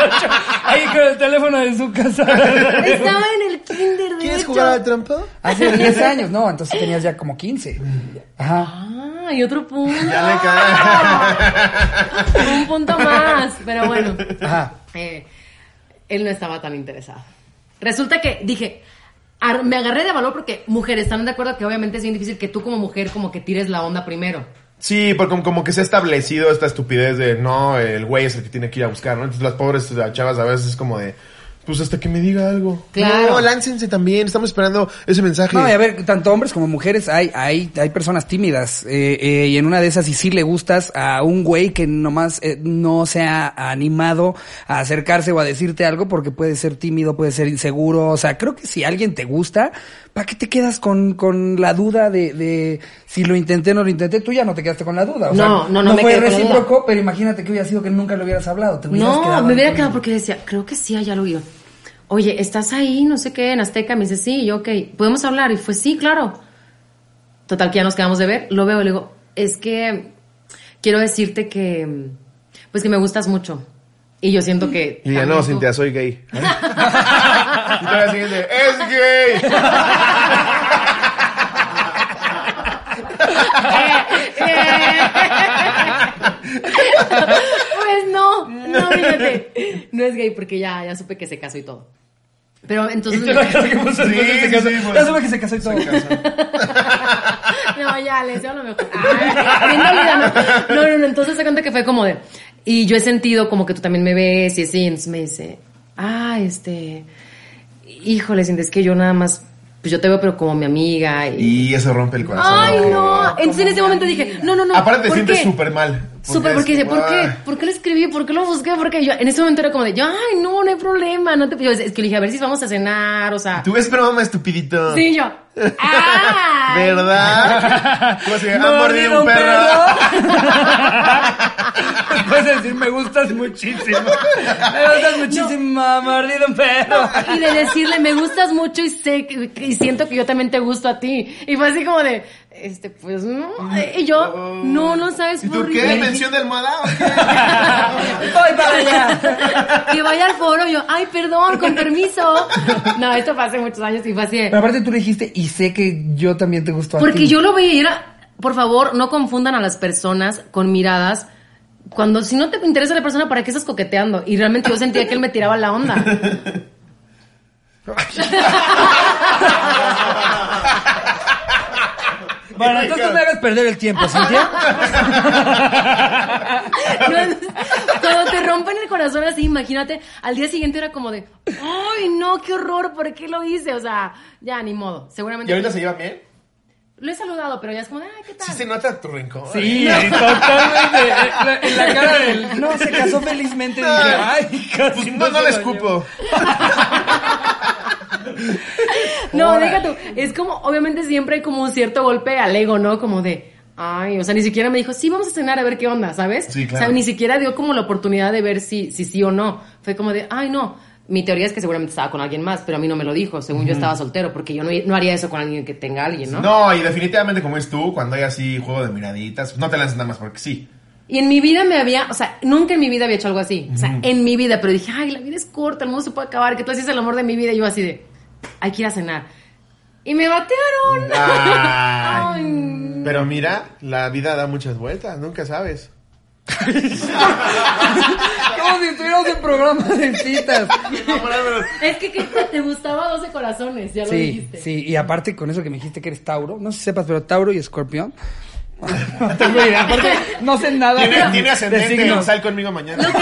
A: Ahí con el teléfono de su casa.
C: Estaba en el kinder, de hecho.
B: trompo?
A: Hace 10 años, no, entonces tenías ya como 15.
C: Mm.
A: Ajá.
C: Ah, y otro punto.
B: Ya le cae.
C: Un punto más, pero bueno.
A: Ajá.
C: Eh, él no estaba tan interesado. Resulta que dije, ar- me agarré de valor porque mujeres están de acuerdo que obviamente es bien difícil que tú como mujer como que tires la onda primero.
B: Sí, porque como, como que se ha establecido esta estupidez de no, el güey es el que tiene que ir a buscar, ¿no? Entonces las pobres las chavas a veces es como de, pues hasta que me diga algo.
C: Claro.
B: No, láncense también, estamos esperando ese mensaje.
A: No, y a ver, tanto hombres como mujeres, hay, hay, hay personas tímidas. eh, eh, y en una de esas, y sí le gustas a un güey que nomás eh, no se ha animado a acercarse o a decirte algo porque puede ser tímido, puede ser inseguro. O sea, creo que si alguien te gusta, ¿para qué te quedas con, con la duda de, de si lo intenté o no lo intenté? Tú ya no te quedaste con la duda. O sea,
C: No, no, no me
A: fue
C: quedé con la duda.
A: recíproco, pero imagínate que hubiera sido que nunca lo hubieras hablado. Te hubieras
C: No,
A: quedado
C: me hubiera
A: ahí.
C: quedado porque decía, creo que sí, allá lo oído. Oye, ¿estás ahí? No sé qué, en Azteca. Me dice, sí, y yo, ok, ¿podemos hablar? Y fue, sí, claro. Total, que ya nos quedamos de ver. Lo veo y le digo, es que quiero decirte que, pues que me gustas mucho. Y yo siento que...
B: Y ya
C: también
B: no,
C: tú-
B: Cintia, soy gay. ¿Eh? y todavía sigues de, es gay.
C: pues no, no, fíjate. No es gay porque ya, ya supe que se casó y todo. Pero entonces.
A: Te lo juro que puso
B: Sí,
A: entonces se
B: sí,
A: casó.
B: sí, pues.
A: Ya supe que se casó y todo.
C: No, ya, les dio lo mejor. Ay, bien dolida, ¿no? no, no, no, entonces se cuenta que fue como de. Y yo he sentido como que tú también me ves y así, entonces me dice, ah, este. Híjole, sientes que yo nada más. Pues yo te veo, pero como mi amiga. Y...
B: Y eso rompe el corazón.
C: Ay, no. Entonces en ese momento dije, no, no, no.
B: Aparte te
C: ¿por
B: sientes
C: qué?
B: súper mal.
C: Súper, porque
B: es
C: dice, ¿por qué?
B: como,
C: ¿Por qué lo escribí? ¿Por qué lo busqué? ¿Por qué? Yo, en ese momento era como de, yo, ay, no, no hay problema. No te... Yo, es que le dije, a ver si vamos a cenar, o sea.
B: "Ah, Tú ves broma, estupidito.
C: Sí, yo. ¡Ah!
B: ¿Verdad? ¿Cómo se
A: ¿No
B: llama? ¿Han mordido un perro?
A: Puedes decir, me gustas muchísimo. Me gustas muchísimo, ha mordido un perro.
C: Y de decirle, me gustas mucho y sé que- y siento que yo también te gusto a ti. Y fue así como de, este, pues no. Y yo, no, no sabes
B: ¿Y tú
C: por
B: qué? ¿Mención de almohada o qué?
A: Voy para allá.
C: Que vaya al foro, yo, ay, perdón, con permiso. No, esto fue hace muchos años y fue así. de,
A: Pero aparte tú le dijiste, y sé que yo también te gustó a
C: Porque
A: ti.
C: yo lo veía y era, por favor, no confundan a las personas con miradas. Cuando si no te interesa la persona, ¿para qué estás coqueteando? Y realmente yo sentía que él me tiraba la onda.
A: Bueno, entonces no me hagas perder el tiempo, Cintia.
C: No, es- cuando te rompen el corazón así, imagínate, al día siguiente era como de, ¡ay, no, qué horror! ¿Por qué lo hice? O sea, ya, ni
B: ¿Y
C: modo.
B: ahorita
C: Seguramente.
B: se llevan bien?
C: Lo he saludado, pero ya es como de, ¡ay, qué tal!
B: Sí se nota tu rencor.
A: Sí, totalmente. En la- En la cara del... No, se casó felizmente. Dije, ay,
B: Pues
A: casi
B: no, no
A: se
B: le
A: lo llevo".
B: escupo.
C: No,
A: Órale.
C: deja tú. Es como, obviamente siempre hay como un cierto golpe al ego, ¿no? Como de, ay, o sea, ni siquiera me dijo, sí, vamos a cenar a ver qué onda, ¿sabes?
B: Sí, claro.
C: O sea, ni siquiera dio como la oportunidad de ver si, si sí o no. Fue como de, ay, no, Mi teoría es que seguramente estaba con alguien más, pero a mí no me lo dijo. Según yo estaba soltero, porque yo no, no haría eso con alguien que tenga a alguien, ¿no?
B: No, y definitivamente como es tú, cuando hay así juego de miraditas, no te lanzas nada más porque sí.
C: Y en mi vida me había, o sea, nunca en mi vida había hecho algo así. O sea, en mi vida, pero dije, ay, la vida es corta, el mundo se puede acabar, que tú haces el amor de mi vida. Y yo así de, hay que ir a cenar. Y me batearon.
B: Ay.
C: Ay.
B: Pero mira, la vida da muchas vueltas, nunca sabes.
A: Como si estuviéramos en programa de citas.
C: Es que, que te gustaba 12 corazones, ya lo
A: Sí,
C: dijiste.
A: sí, y aparte con eso que me dijiste que eres Tauro, no sé si sepas, pero Tauro y Escorpión. No tengo idea, aparte no sé nada
B: Tiene,
A: de-
B: tiene
A: de
B: ascendente,
A: signos.
B: sal conmigo
C: Lo
B: mañana.
C: que, lo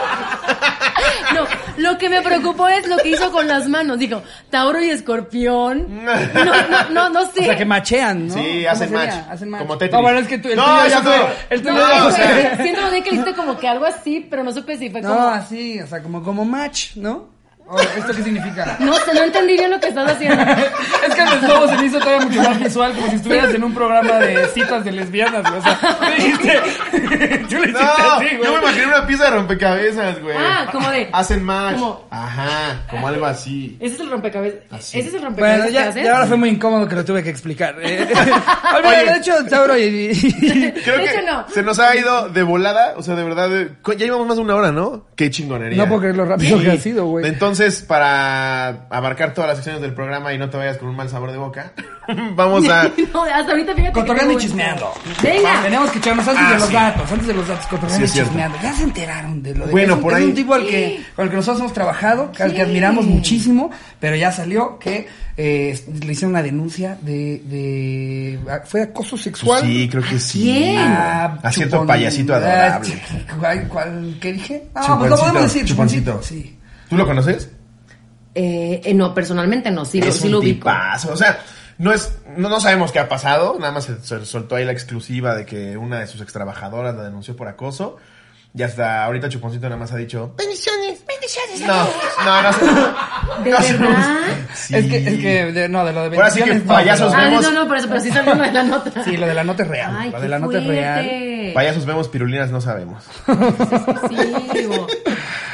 C: que. No, lo que me preocupó es lo que hizo con las manos. Dijo, Tauro y Escorpión. No, no, no, no sé.
A: O sea, que machean, ¿no?
B: Sí,
A: ¿Cómo
B: hacen
A: sería?
B: match.
A: Hacen match.
B: Como Tetris.
A: No, bueno, es que tú, el
B: No,
A: tuyo ya
B: eso
A: fue-
B: no.
A: el tuyo
C: No,
A: ya
B: o
A: fue-
B: sea.
C: güey, siento bien que hiciste como que algo así, pero no supe si fue
A: No,
C: como.
A: así, o sea, como, como match, ¿no? O, ¿Esto qué significa?
C: No sé, no entendí bien lo que estás haciendo.
A: Es que el globo se me hizo todavía mucho más visual, como si estuvieras en un programa de citas de lesbianas, güey. O sea, tú dijiste. Tú le hiciste
B: No,
A: así,
B: yo me
A: güey.
B: imaginé una pieza de rompecabezas, güey.
C: Ah, como de-
B: Hacen match.
C: como-
B: Ajá, como algo así.
C: Ese es el rompecabezas.
B: Así.
C: Ese es el rompecabezas
A: Ah, Bueno,
C: que
A: ya,
B: ¿eh?
C: haces.
A: ya ahora fue muy incómodo que lo tuve que explicar. Eh, Olvídalo,
B: Oye.
A: de hecho, Tauro y. y-
B: Creo
C: De
B: que
C: hecho, no.
B: se nos ha ido de volada, o sea, de verdad, de- co- ya llevamos más de una hora, ¿no? Qué chingonería.
A: No puedo creer lo rápido que ha sido, güey.
B: Entonces, para abarcar todas las secciones del programa y no te vayas con un mal sabor de boca, vamos a...
C: No, hasta ahorita fíjate. que
A: Cotorreando y
C: tengo-
A: chismeando.
C: Venga.
A: Tenemos que echarnos antes
B: Ah,
A: de los
B: sí.
A: datos, antes de los datos,
B: Sí,
A: cotorreando
B: es
A: y
B: cierto.
A: chismeando. Ya se enteraron de lo de
B: Bueno,
A: es un-
B: por
A: es
B: ahí.
A: un tipo al que, con el que nosotros hemos trabajado, al que admiramos muchísimo, pero ya salió que eh, le hicieron una denuncia de, de ah, fue acoso sexual.
B: Sí, creo que sí.
C: quién?
A: Ah,
B: A cierto
A: chupon-
B: payasito adorable.
A: Ah, ¿Cuál, cuál- qué dije? Ah,
B: Chuponcito,
A: pues lo podemos decir.
B: Chuponcito.
A: Sí.
B: ¿Tú lo conoces?
C: Eh, eh, no, personalmente no, sí, lo-
B: es
C: sí
B: un
C: lo ubico.
B: tipazo. O sea, no, es, no, no sabemos qué ha pasado. Nada más se, se soltó ahí la exclusiva de que una de sus extrabajadoras la denunció por acoso. Y hasta ahorita Chuponcito nada más ha dicho...
E: Bendiciones, bendiciones.
B: No, no, no. sé.
C: ¿De
B: No sé.
C: verdad?
B: Sí.
A: Es que, es que de- no, de lo de
B: Ahora sí que
A: bendiciones,
B: payasos ¿eh?
A: pero-
C: Ah,
B: vemos-
C: no, no, por eso, pero sí salió una de la nota.
A: Sí, lo de la nota es real.
C: Ay,
A: lo
C: qué
A: de la nota es real.
C: fuerte.
B: Payasos vemos pirulinas, no sabemos.
C: Sí, o-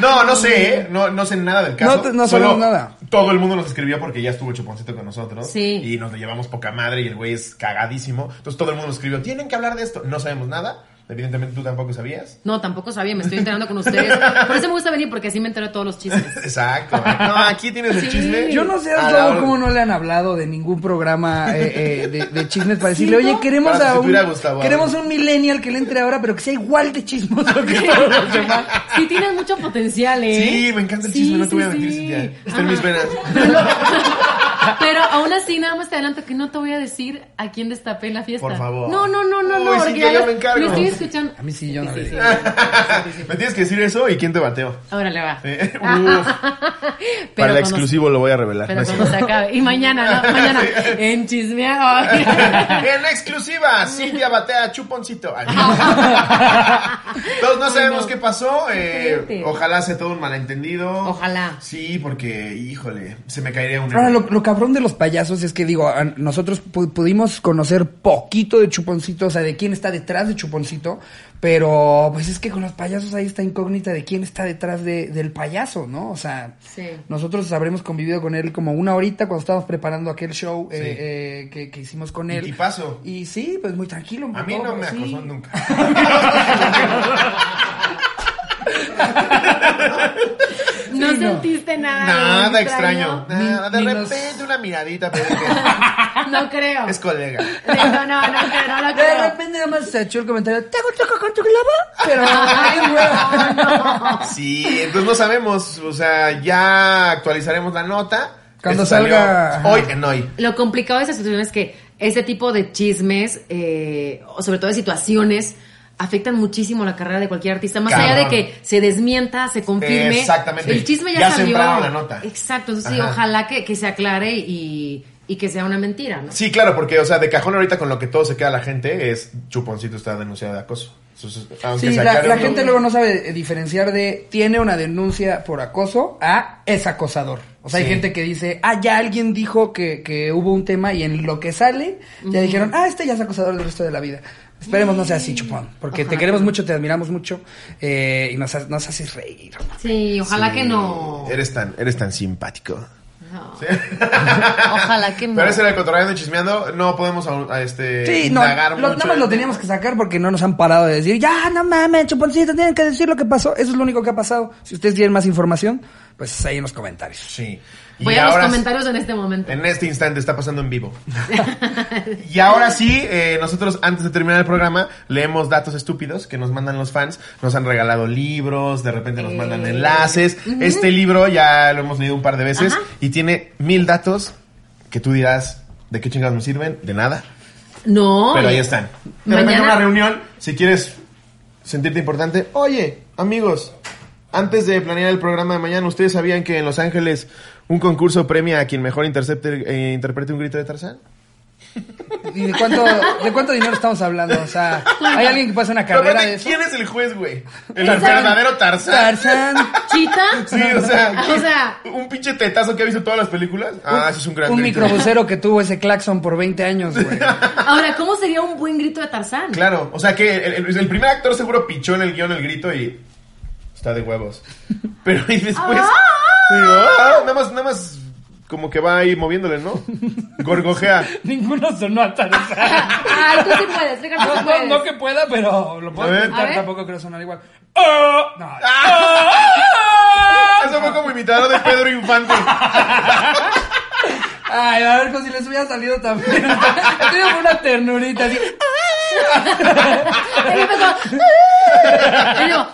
B: No, no sé, ¿eh? no, no sé nada del caso.
A: No te- no
B: Solo
A: sabemos nada.
B: Todo el mundo nos escribió porque ya estuvo Chuponcito con nosotros.
C: Sí.
B: Y nos le llevamos poca madre y el güey es cagadísimo. Entonces todo el mundo nos escribió, tienen que hablar de esto. No sabemos nada. Evidentemente tú tampoco sabías.
C: No, tampoco sabía, me estoy enterando con ustedes. Por eso me gusta venir, porque así me entero de todos los chismes.
B: Exacto. No, aquí tienes el
C: Sí.
B: chisme.
A: Yo no sé
B: A
A: a
B: la hora-
A: todo cómo no le han hablado de ningún programa eh, eh, de, de chismes para decirle,
C: Sí, ¿no?
A: oye, queremos a
B: Para
A: un,
B: sustituir a Gustavo
A: queremos
B: Adolfo".
A: un millennial que le entre ahora, pero que sea igual de chismoso que todos los demás.
C: Sí, tienes mucho potencial, ¿eh?
B: Sí, me encanta el
C: Sí,
B: chisme, no te
C: sí,
B: voy a mentir,
C: sí.
B: Cintia. Está en
C: Ajá.
B: mis venas.
C: Pero aún así, nada más te adelanto que no te voy a decir a quién destapé en la fiesta.
B: Por favor.
C: No, no, no, no,
B: Uy,
C: no.
B: sí,
C: porque
B: yo- yo
C: ya
B: me encargo.
C: estoy escuchando.
A: A mí sí, yo no le digo.
B: Me tienes que decir eso y quién te bateó.
C: Ahora le va.
B: Eh, uf.
C: Pero
B: Para el
C: cuando-
B: exclusivo lo voy a revelar.
C: Pero
B: no es
C: cuando se
B: cierto.
C: acabe. Y mañana, ¿no? Mañana. En Oh, chismeado.
B: en exclusiva, Silvia batea a chuponcito. Ay, Entonces no
C: Ay,
B: sabemos
C: no.
B: qué pasó. eh,
C: fuerte.
B: ojalá sea todo un malentendido.
C: Ojalá.
B: Sí, porque, híjole, se me caería un.
A: Ahora, lo, lo cabrón de los payasos es que, digo, a- nosotros pu- pudimos conocer poquito de Chuponcito, o sea, de quién está detrás de Chuponcito, pero pues es que con los payasos ahí está incógnita de quién está detrás de- del payaso, ¿no? O sea,
C: Sí.
A: nosotros habremos convivido con él como una horita cuando estábamos preparando aquel show eh, eh, que, que hicimos con él.
B: Y tipazo.
A: Y sí, pues muy tranquilo.
B: A mí
A: todo,
B: no me
A: sí.
B: acosó nunca.
C: No
A: Sí, no.
C: sentiste nada.
B: Nada extraño. Nada. De
A: Ni- ni nos-
B: repente una miradita, pero es que
C: No creo.
B: es colega.
C: No, no, no, no, no lo
A: De
C: creo.
A: repente nada más se echó el comentario, ¿te hago choco con tu clava? Pero... ay, güey.
B: Sí, entonces no sabemos. O sea, ya actualizaremos la nota.
A: Cuando
B: Esto salió
A: salga, ajá.
B: Hoy en hoy.
C: Lo complicado de esa situación es que este tipo de chismes, eh, o sobre todo de situaciones, afectan muchísimo la carrera de cualquier artista. Más allá de
B: Cabrón.
C: que se desmienta, se confirme.
B: Exactamente.
C: El chisme ya,
B: Ya
C: salió.
B: sembraron la nota.
C: Exacto. Entonces, sí,
B: Ajá.
C: ojalá que, que se aclare y, y que sea una mentira, ¿no?
B: Sí, claro, porque, o sea, de cajón ahorita con lo que todo se queda la gente es Chuponcito está denunciado de acoso. Entonces, aunque
A: Sí,
B: se
A: la,
B: aclare
A: la
B: un-
A: gente luego no sabe eh, diferenciar de tiene una denuncia por acoso a es acosador. O sea,
B: Sí.
A: hay gente que dice, ah, ya alguien dijo que, que hubo un tema y en lo que sale, ya dijeron, ah, este ya es acosador el resto de la vida. Esperemos no sea así, chupón, porque te
C: Ojalá
A: queremos
C: que no.
A: mucho, te admiramos mucho eh, y nos, ha- nos haces reír.
C: Sí, ojalá que no.
B: Eres tan, eres tan simpático.
C: No.
B: Sí.
C: Ojalá que no.
B: Pero ese era el cotorreando y chismeando. No podemos a, a este,
A: Sí, no,
B: indagar
A: lo-
B: mucho.
A: nada más lo teníamos que sacar porque no nos han parado de decir, ya, no mames, chuponcito, tienen que decir lo que pasó. Eso es lo único que ha pasado. Si ustedes tienen más información, pues ahí en los comentarios.
B: Sí.
C: Voy
B: Y
C: a los
B: ahora-
C: comentarios en este momento.
B: En este instante está pasando en vivo. y ahora sí, eh, nosotros antes de terminar el programa leemos datos estúpidos que nos mandan los fans. Nos han regalado libros, de repente nos mandan
C: Eh.
B: enlaces. Este libro ya lo hemos leído un par de veces
C: Ajá.
B: y tiene mil datos que tú dirás, ¿de qué chingados me sirven? De nada.
C: No.
B: Pero ahí están. De repente en
C: Mañana-
B: una reunión, si quieres sentirte importante, oye, amigos, antes de planear el programa de mañana, ¿ustedes sabían que en Los Ángeles un concurso premia a quien mejor intercepte, eh, interprete un grito de Tarzán?
A: ¿Y de cuánto, de cuánto dinero estamos hablando? O sea, ¿hay alguien que pasa una carrera
B: Aparte,
A: de eso?
B: ¿Quién es el juez, güey? El
C: Tarzán.
B: verdadero Tarzán.
A: Tarzán,
C: ¿Chita?
B: Sí, o sea,
C: O sea-
B: un pinche tetazo que ha visto todas las películas. Ah, eso es un gran
A: un
B: grito.
A: microbusero que tuvo ese claxon por 20 años, güey.
C: Ahora, ¿cómo sería un buen grito de Tarzán?
B: Claro, o sea que el, el- el primer actor seguro pichó en el guión el grito y está de huevos. Pero y después, digo, "Ah", nada más, nada más como que va ahí moviéndole, ¿no? Gorgojea.
A: Ninguno sonó a Tarzán.
C: Ay, Ah, tú sí puedes, Ricardo, tú
A: No, no,
C: puedes.
A: no que pueda, pero lo puedo
B: A ver.
A: intentar,
C: A ver.
A: tampoco creo sonar igual. ¡Oh! ¡Ah! No.
B: Eso fue como imitador de Pedro Infante.
A: Ay, a ver, pues si les hubiera salido también. Tiene una ternurita así.
C: Y yo empezó, "Ah". Y yo,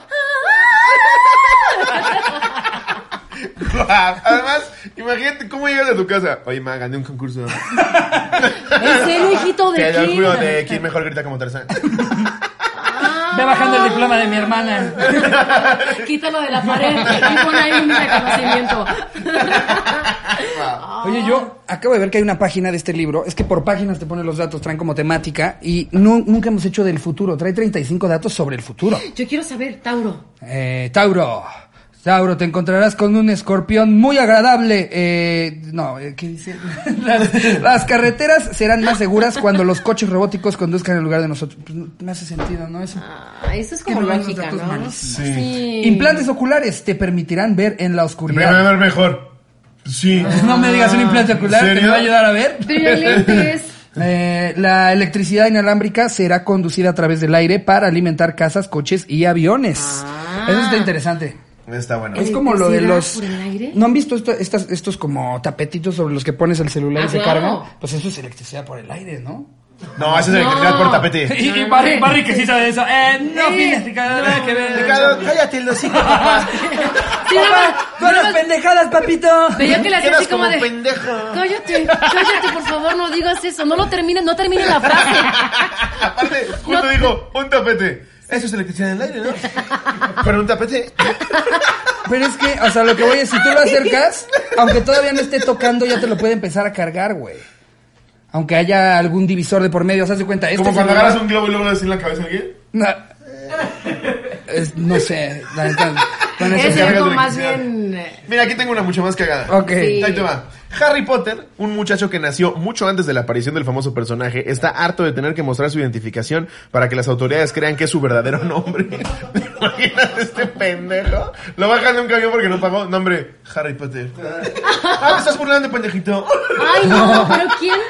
B: Guau. Además, imagínate cómo llegas a tu casa. Oye, ma, gané un concurso.
C: ¿en serio, hijito de
B: Te lo juro
C: quién?
B: de quién mejor grita como Tarzán.
A: Ve bajando el diploma de mi hermana.
C: Quítalo de la pared y pon ahí un reconocimiento.
A: Oye, yo acabo de ver que hay una página de este libro. Es que por páginas te ponen los datos, traen como temática. Y nu- nunca hemos hecho del futuro. Trae 35 datos sobre el futuro.
C: Yo quiero saber, Tauro.
A: Eh, Tauro. Tauro, te encontrarás con un escorpión muy agradable. Eh, no, eh, ¿qué dice? Las, las carreteras serán más seguras cuando los coches robóticos conduzcan en lugar de nosotros. Pues, no, me hace sentido, ¿no? Eso.
C: Ah, eso es
A: Que
C: como
A: no dan los
C: lógica,
A: datos
C: ¿no?
A: malísimos.
B: Sí.
A: Implantes oculares te permitirán ver en la oscuridad.
B: ver mejor. Sí.
A: No me digas un implante ocular,
B: Ah, ¿En
A: te
B: serio?
A: va a ayudar a ver.
C: Pero lentes.
A: Eh, la electricidad inalámbrica será conducida a través del aire para alimentar casas, coches y aviones.
C: Ah.
A: Eso está interesante.
B: Está bueno.
A: Es como lo de los.
C: ¿Electricidad por el aire?
A: ¿No han visto esto- estas, estos como tapetitos sobre los que pones el celular
C: Ah,
A: y se
C: claro.
A: cargan? Pues eso es electricidad por el aire, ¿no?
B: No, ese es el
C: No.
B: que por tapete.
A: Y, y Barry, Barry que sí sabe de eso. Eh, no,
C: Sí.
A: fíjate, Ricardo, nada que ver.
B: Ricardo, cállate el hocico, papá.
C: Sí, nada
A: Papá,
C: más,
A: con las
C: nada más.
A: pendejadas, papito.
C: Veía que le hacía
B: Quedas
C: así como
B: como
C: de.
B: pendejo.
C: Cállate, cállate, por favor, no digas eso. No lo termines, no termine la frase.
B: Aparte, justo
C: No.
B: dijo, un tapete. Eso es electricidad en el aire, ¿no? Pero un
C: Este
B: tapete.
A: Pero es que, o sea, lo que voy es, si tú lo acercas, aunque todavía no esté tocando, ya te lo puede empezar a cargar, güey. Aunque haya algún divisor de por medio, o sea, haz de cuenta. Este
B: Como cuando
A: celular-
B: agarras un globo y luego le das en la cabeza a alguien.
A: No, Es- no sé, la neta. con eso-
C: Ese
B: cargas
C: es como
B: de
C: más
B: electricidad.
C: bien. eh,
B: Mira, aquí tengo una mucho más cagada.
A: Ok.
C: Sí.
B: Ahí te va. Harry Potter, un muchacho que nació mucho antes de la aparición del famoso personaje, está harto de tener que mostrar su identificación para que las autoridades crean que es su verdadero nombre. Imagínate este pendejo. Lo bajan de un camión porque no pagó. Nombre, Harry Potter. Ah, me estás burlando, pendejito.
C: Ay, no, pero ¿quién?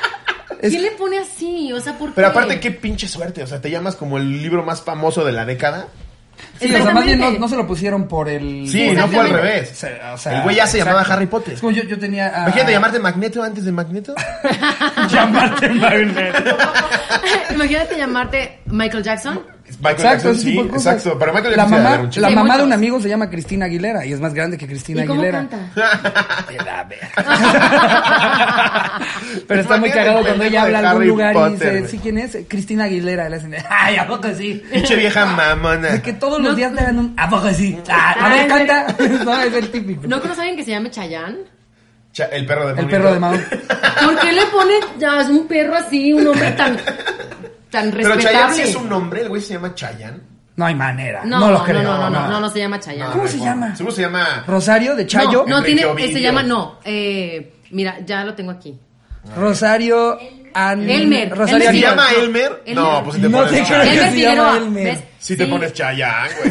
A: Es-
C: ¿Quién le pone así? O sea, ¿por qué?
B: Pero aparte, qué pinche suerte. O sea, te llamas como el libro más famoso de la década.
A: Sí, o sea, más bien no,
C: Exactamente.
A: no se lo pusieron por el.
B: Sí, no fue al
C: Exactamente.
B: revés.
A: O sea, o sea,
B: el güey ya se
A: exacto.
B: llamaba Harry Potter.
A: Es como yo, yo tenía. a-
B: Imagínate llamarte Magneto antes de Magneto.
A: Llamarte Magneto.
C: Imagínate llamarte Michael Jackson.
B: Michael
A: Exacto,
B: Jackson,
A: ese
B: sí,
A: tipo de cosas.
B: exacto. Para Michael
A: la
B: Jackson se va a dar
A: mamá,
B: un
A: la
C: Sí,
A: mamá de
C: muchos.
A: un amigo se llama Cristina Aguilera y es más grande que Cristina
C: ¿Y cómo
A: Aguilera.
C: canta?
A: De la verga. Pero está muy
B: Imagínate
A: cagado
B: el
A: cuando
B: pendejo
A: ella habla
B: de
A: a algún
B: Harry
A: lugar y
B: Potter,
A: dice,
B: güey.
A: ¿sí quién es? Cristina Aguilera. Y le hacen, ay, ¿a poco sí?
B: Pinche vieja mamona.
A: De que todos los
C: No.
A: días te dan un, ¿a poco sí? Ah, a ver, canta. no, es el típico.
C: ¿No conoces a alguien que se llame Chayanne?
B: Cha- el perro de
A: el
B: Pablito.
A: perro de Mao.
C: ¿Por qué le pone ya es un perro así, un hombre tan, tan
B: Pero Chayanne sí
C: respetable?
B: es un nombre. El güey se llama Chayanne.
A: No hay manera. No,
C: No,
A: lo creo.
C: no, no, no, no, no se llama Chayanne.
A: ¿Cómo
B: no
A: se
B: hay
A: llama?
B: forma. Seguro se llama.
A: Rosario de Chayo.
C: No, no
B: Enrique
C: tiene,
B: Ovidio.
C: se llama, no, eh, mira, ya lo tengo aquí.
A: Rosario An...
C: Elmer.
A: Rosario
B: ¿Se
C: Elmer
A: Ann-
B: llama
C: no.
B: Elmer?
C: Elmer.
B: No, pues si te
A: No
B: pones
A: te creo
B: Chayanne.
A: que
C: Elmer
A: se llama
C: Figueroa,
A: Elmer.
C: ¿ves?
B: Si te
C: Sí.
B: pones Chayanne, güey.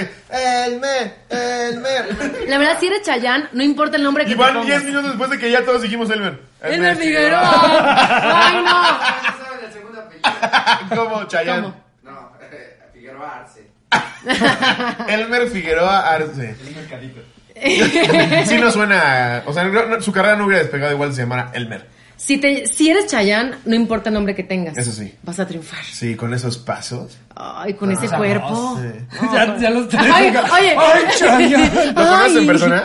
B: Elmer, Elmer.
C: La verdad, si eres Chayán, no importa el nombre que
B: Y
C: te
B: van 10
C: pongas.
B: minutos después de que ya todos dijimos Elmer.
C: Elmer Figueroa. Ay, no.
B: ¿Cómo, Chayanne?
C: ¿Cómo?
D: No,
B: eh,
D: Figueroa Arce.
B: Elmer Figueroa Arce. Sí no suena... O sea, no- no- su carrera no hubiera despegado igual si se llamara Elmer.
C: Si, te, si eres Chayán, no importa el nombre que tengas.
B: Eso sí.
C: Vas a triunfar.
B: Sí, con esos pasos.
C: Ay,
A: Ah,
C: con ese cuerpo.
A: Ya, ya los tres.
C: Ay,
A: acá.
C: oye.
A: Ay, Chayanne.
B: ¿Lo conoces en
C: Ay.
B: persona?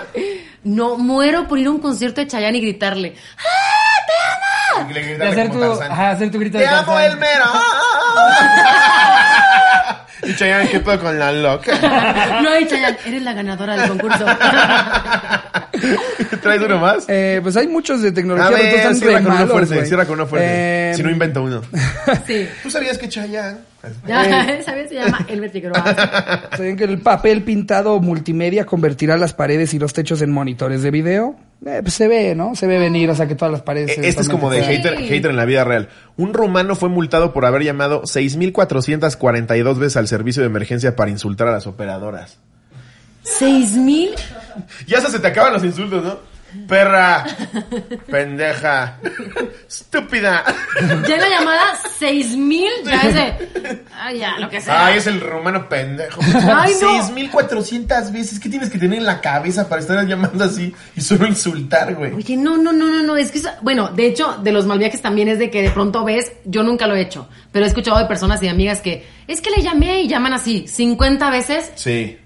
C: No, muero por ir a un concierto de Chayanne y gritarle.
B: Y
A: Ah,
B: le
A: De
B: gritarle
A: hacer
B: como
A: tu,
B: Tarzán.
A: ajá, hacer tu grito
B: ¡Te
A: de
B: amo,
A: Tarzán.
B: Elmer! ¡Ah! y Chayanne, ¿qué pedo con la loca?
C: No, y Chayanne, eres la ganadora del concurso.
B: ¿Traes uno más?
A: Eh, pues hay muchos de tecnología,
B: A
A: pero todos
B: ver,
A: están
B: cierra
A: re
B: con una
A: malos,
B: fuerte,
A: güey.
B: cierra con una
A: Eh,
B: fuerte. Si no, inventa uno.
C: Sí.
B: ¿Tú sabías que Chayanne... Eh.
C: Ya, ¿sabes? Se llama Elmer Figueroa.
A: ¿Saben que el papel pintado multimedia convertirá las paredes y los techos en monitores de video? Eh, pues se ve, ¿no? Se ve venir, o sea que todas las paredes...
B: Eh, Este es como de
C: Sí.
B: hater, hater en la vida real. Un rumano fue multado por haber llamado 6.442 veces al servicio de emergencia para insultar a las operadoras.
C: Seis mil.
B: Ya hasta se te acaban los insultos, ¿no? Perra, pendeja, estúpida.
C: Ya en la llamada, seis mil. Ya ese. Ay, ya, lo que sea.
B: Ay, es el rumano pendejo.
C: Ay, no.
B: 6.400 veces. ¿Qué tienes que tener en la cabeza para estar llamando así y solo insultar, güey?
C: Oye, no, no, no, no, no. Es que, eso- bueno, de hecho, de los mal viajes también es de que de pronto ves, yo nunca lo he hecho, pero he escuchado de personas y de amigas que es que le llamé y llaman así 50 veces
B: Sí.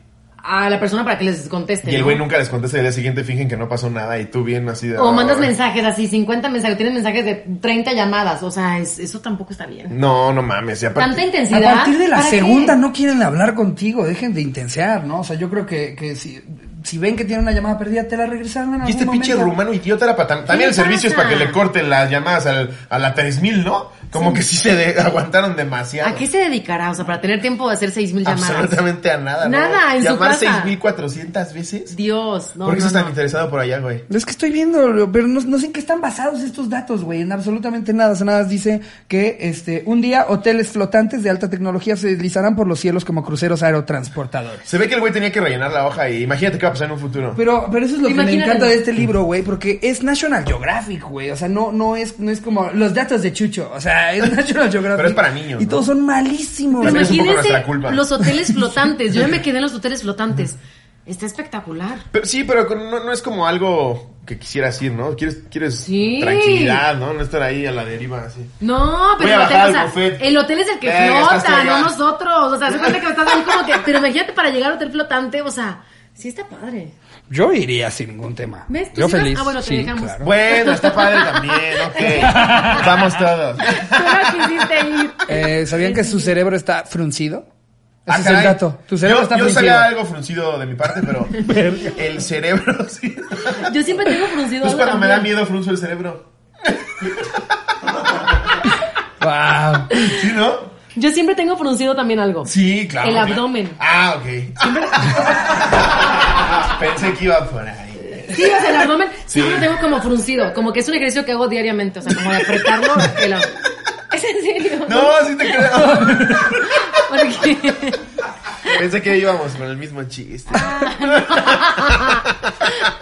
C: a la persona para que les conteste.
B: Y el
C: ¿no?
B: güey nunca les contesta y al día siguiente fingen que no pasó nada y tú bien así de...
C: O mandas
B: Ay.
C: mensajes así, 50 mensajes, tienes mensajes de 30 llamadas. O sea, es- eso tampoco está bien.
B: No, no mames. Y aparte-
C: Tanta intensidad.
A: A partir de la
C: ¿para qué?
A: segunda no quieren hablar contigo, dejen de intensear, ¿no? O sea, yo creo que, que si, si ven que tienen una llamada perdida, te la regresarán en
B: Y
A: algún
B: este pinche
A: momento.
B: rumano idiota era para
C: ¿Qué
B: también el
C: le
B: servicio es para que
C: pasa?
B: le corten las llamadas al, a la 3000, ¿no? Como que sí se de- aguantaron demasiado.
C: ¿A qué se dedicará? O sea, para tener tiempo de hacer 6.000 llamadas.
B: Absolutamente a nada. ¿no?
C: Nada, en su
B: Llamar
C: casa.
B: 6400 veces.
C: Dios, no.
B: ¿Por qué
C: no,
B: estás tan
C: no.
B: interesado por allá, güey?
A: Es que estoy viendo, lo- pero no, no sé en qué están basados estos datos, güey. En absolutamente nada. O sea, nada más dice que este un día hoteles flotantes de alta tecnología se deslizarán por los cielos como cruceros aerotransportadores.
B: Se ve que el güey tenía que rellenar la hoja y imagínate qué va a pasar en un futuro.
A: Pero, pero eso es lo que me
C: Imagínate.
A: encanta de este libro, güey, porque es National Geographic, güey. O sea, no, no es, no es como los datos de Chucho. O sea, es National Geographic.
B: Pero es para niños,
A: Y
B: ¿no?
A: todos son malísimos.
B: También es un poco
C: Imagínense
B: nuestra culpa.
C: los hoteles flotantes. Yo ya me quedé en los hoteles flotantes. Está espectacular.
B: Pero sí, pero con- no, no es como algo que quisieras ir, ¿no? Quieres, quieres
C: Sí.
B: tranquilidad, ¿no? No estar ahí a la deriva así.
C: No,
B: Voy a
C: pero el hotel,
B: bajar
C: o sea,
B: al buffet.
C: el hotel es el que
B: Eh, ya estás
C: flota,
B: allá.
C: no nosotros. O sea, se cuenta que estás ahí como que. Pero imagínate para llegar al hotel flotante, o sea, sí está padre.
A: Yo iría sin ningún tema.
C: ¿Ves? ¿Tú
A: Yo
C: sí vas?
A: feliz.
C: Ah, bueno, te
A: sí,
C: dejamos.
A: claro.
B: Bueno, está padre también, ok. Vamos todos.
C: Tú no quisiste ir.
A: Eh, ¿Sabían que su cerebro está fruncido? Ese
B: Ah,
A: es el
B: caray.
A: dato. Tu cerebro
B: yo,
A: está
B: yo
A: fruncido.
B: sabía algo fruncido de mi parte, pero el cerebro sí.
C: Yo siempre tengo fruncido
B: Pues
C: algo
B: cuando me da
C: también.
B: miedo frunzo el cerebro.
A: Wow.
B: ¿Sí, no?
C: Yo siempre tengo fruncido también algo.
B: Sí, claro.
C: El
B: claro.
C: abdomen.
B: Ah, ok. Pensé que iba por ahí.
C: Sí, o sea, el abdomen
B: Sí.
C: siempre lo tengo como fruncido. Como que es un ejercicio que hago diariamente. O sea, como de apretarlo. el ab- Es en serio.
B: No, sí te creo.
C: Porque-
B: Pensé que íbamos con el mismo chiste.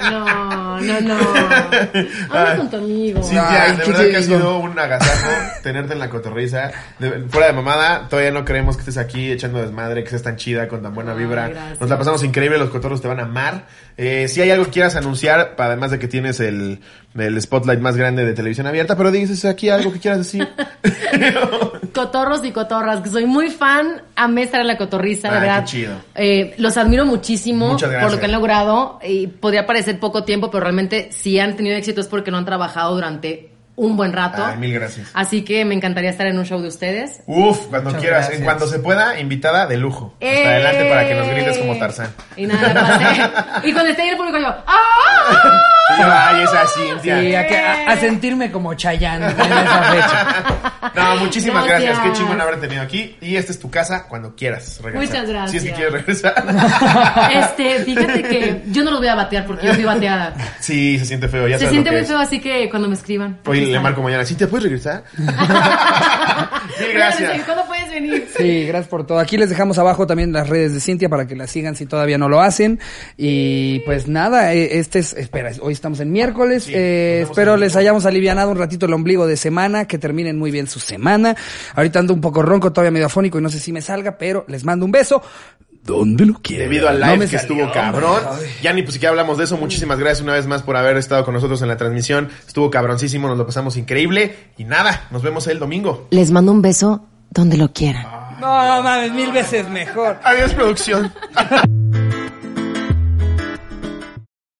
C: No, no, no. Habla
B: Ay.
C: con tu amigo.
B: Cintia,
A: Ay,
B: de
A: ¿qué
B: verdad
A: te
B: que ha
A: digo?
B: sido un agasajo tenerte en la cotorriza. De- fuera de mamada, todavía no creemos que estés aquí echando desmadre, que estés tan chida, con tan buena
C: Ay,
B: vibra.
C: gracias.
B: Nos la pasamos increíble, los cotorros te van a amar. Eh, si hay algo que quieras anunciar, pa- además de que tienes el, el spotlight más grande de televisión abierta, pero dices aquí algo que quieras decir.
C: Cotorros y cotorras, que soy muy fan, amé estar en la cotorriza, de
B: Ay,
C: verdad.
B: qué chido.
C: Eh, los admiro muchísimo
B: Muchas gracias.
C: por lo que han logrado. Y podría parecer poco tiempo, pero realmente si han tenido éxito es porque lo han trabajado durante un buen rato.
B: Ay, mil gracias.
C: Así que me encantaría estar en un show de ustedes.
B: Uf, cuando
A: Muchas
B: quieras,
A: gracias.
B: en cuanto se pueda, invitada de lujo. Hasta
A: Eh,
C: Eh,
B: adelante para que nos grites como Tarzán.
C: Y nada, la pasé. y cuando esté ahí el público yo, ¡ah!
B: Ay, esa Cintia.
A: Sí, a, que- a- a sentirme como Chayanne en esa fecha.
B: No, muchísimas gracias.
C: Gracias.
B: Qué chingón haber tenido aquí. Y esta es tu casa cuando quieras regresar.
C: Muchas gracias.
B: Si es que quieres regresar.
C: Este, fíjate que yo no los voy a batear porque yo fui bateada.
B: sí, se siente feo. Ya
C: Se
B: sabes
C: siente
B: lo que
C: muy
B: es.
C: feo, así que cuando me escriban.
B: Hoy
C: aquí
B: le
C: está.
B: marco mañana. ¿Sí te puedes regresar? Mil gracias.
C: ¿Cuándo puedes venir?
A: Sí, gracias por todo. Aquí les dejamos abajo también las redes de Cintia para que las sigan si todavía no lo hacen. Y pues nada, eh, este es, espera, hoy estamos en miércoles.
B: Sí,
A: Eh,
B: nos vemos
A: espero
B: el
A: les hayamos alivianado un ratito el ombligo de semana, que terminen muy bien su semana. Ahorita ando un poco ronco, todavía medio afónico y no sé si me salga, pero les mando un beso. Donde lo quieran.
B: Debido al
A: No
B: live
A: me
B: que
A: salió,
B: estuvo cabrón. Ya ni pues siquiera hablamos de eso. Muchísimas gracias una vez más por haber estado con nosotros en la transmisión. Estuvo cabroncísimo, nos lo pasamos increíble. Y nada, nos vemos el domingo.
C: Les mando un beso donde lo quieran.
A: No, no mames, mil veces mejor.
B: Adiós, producción.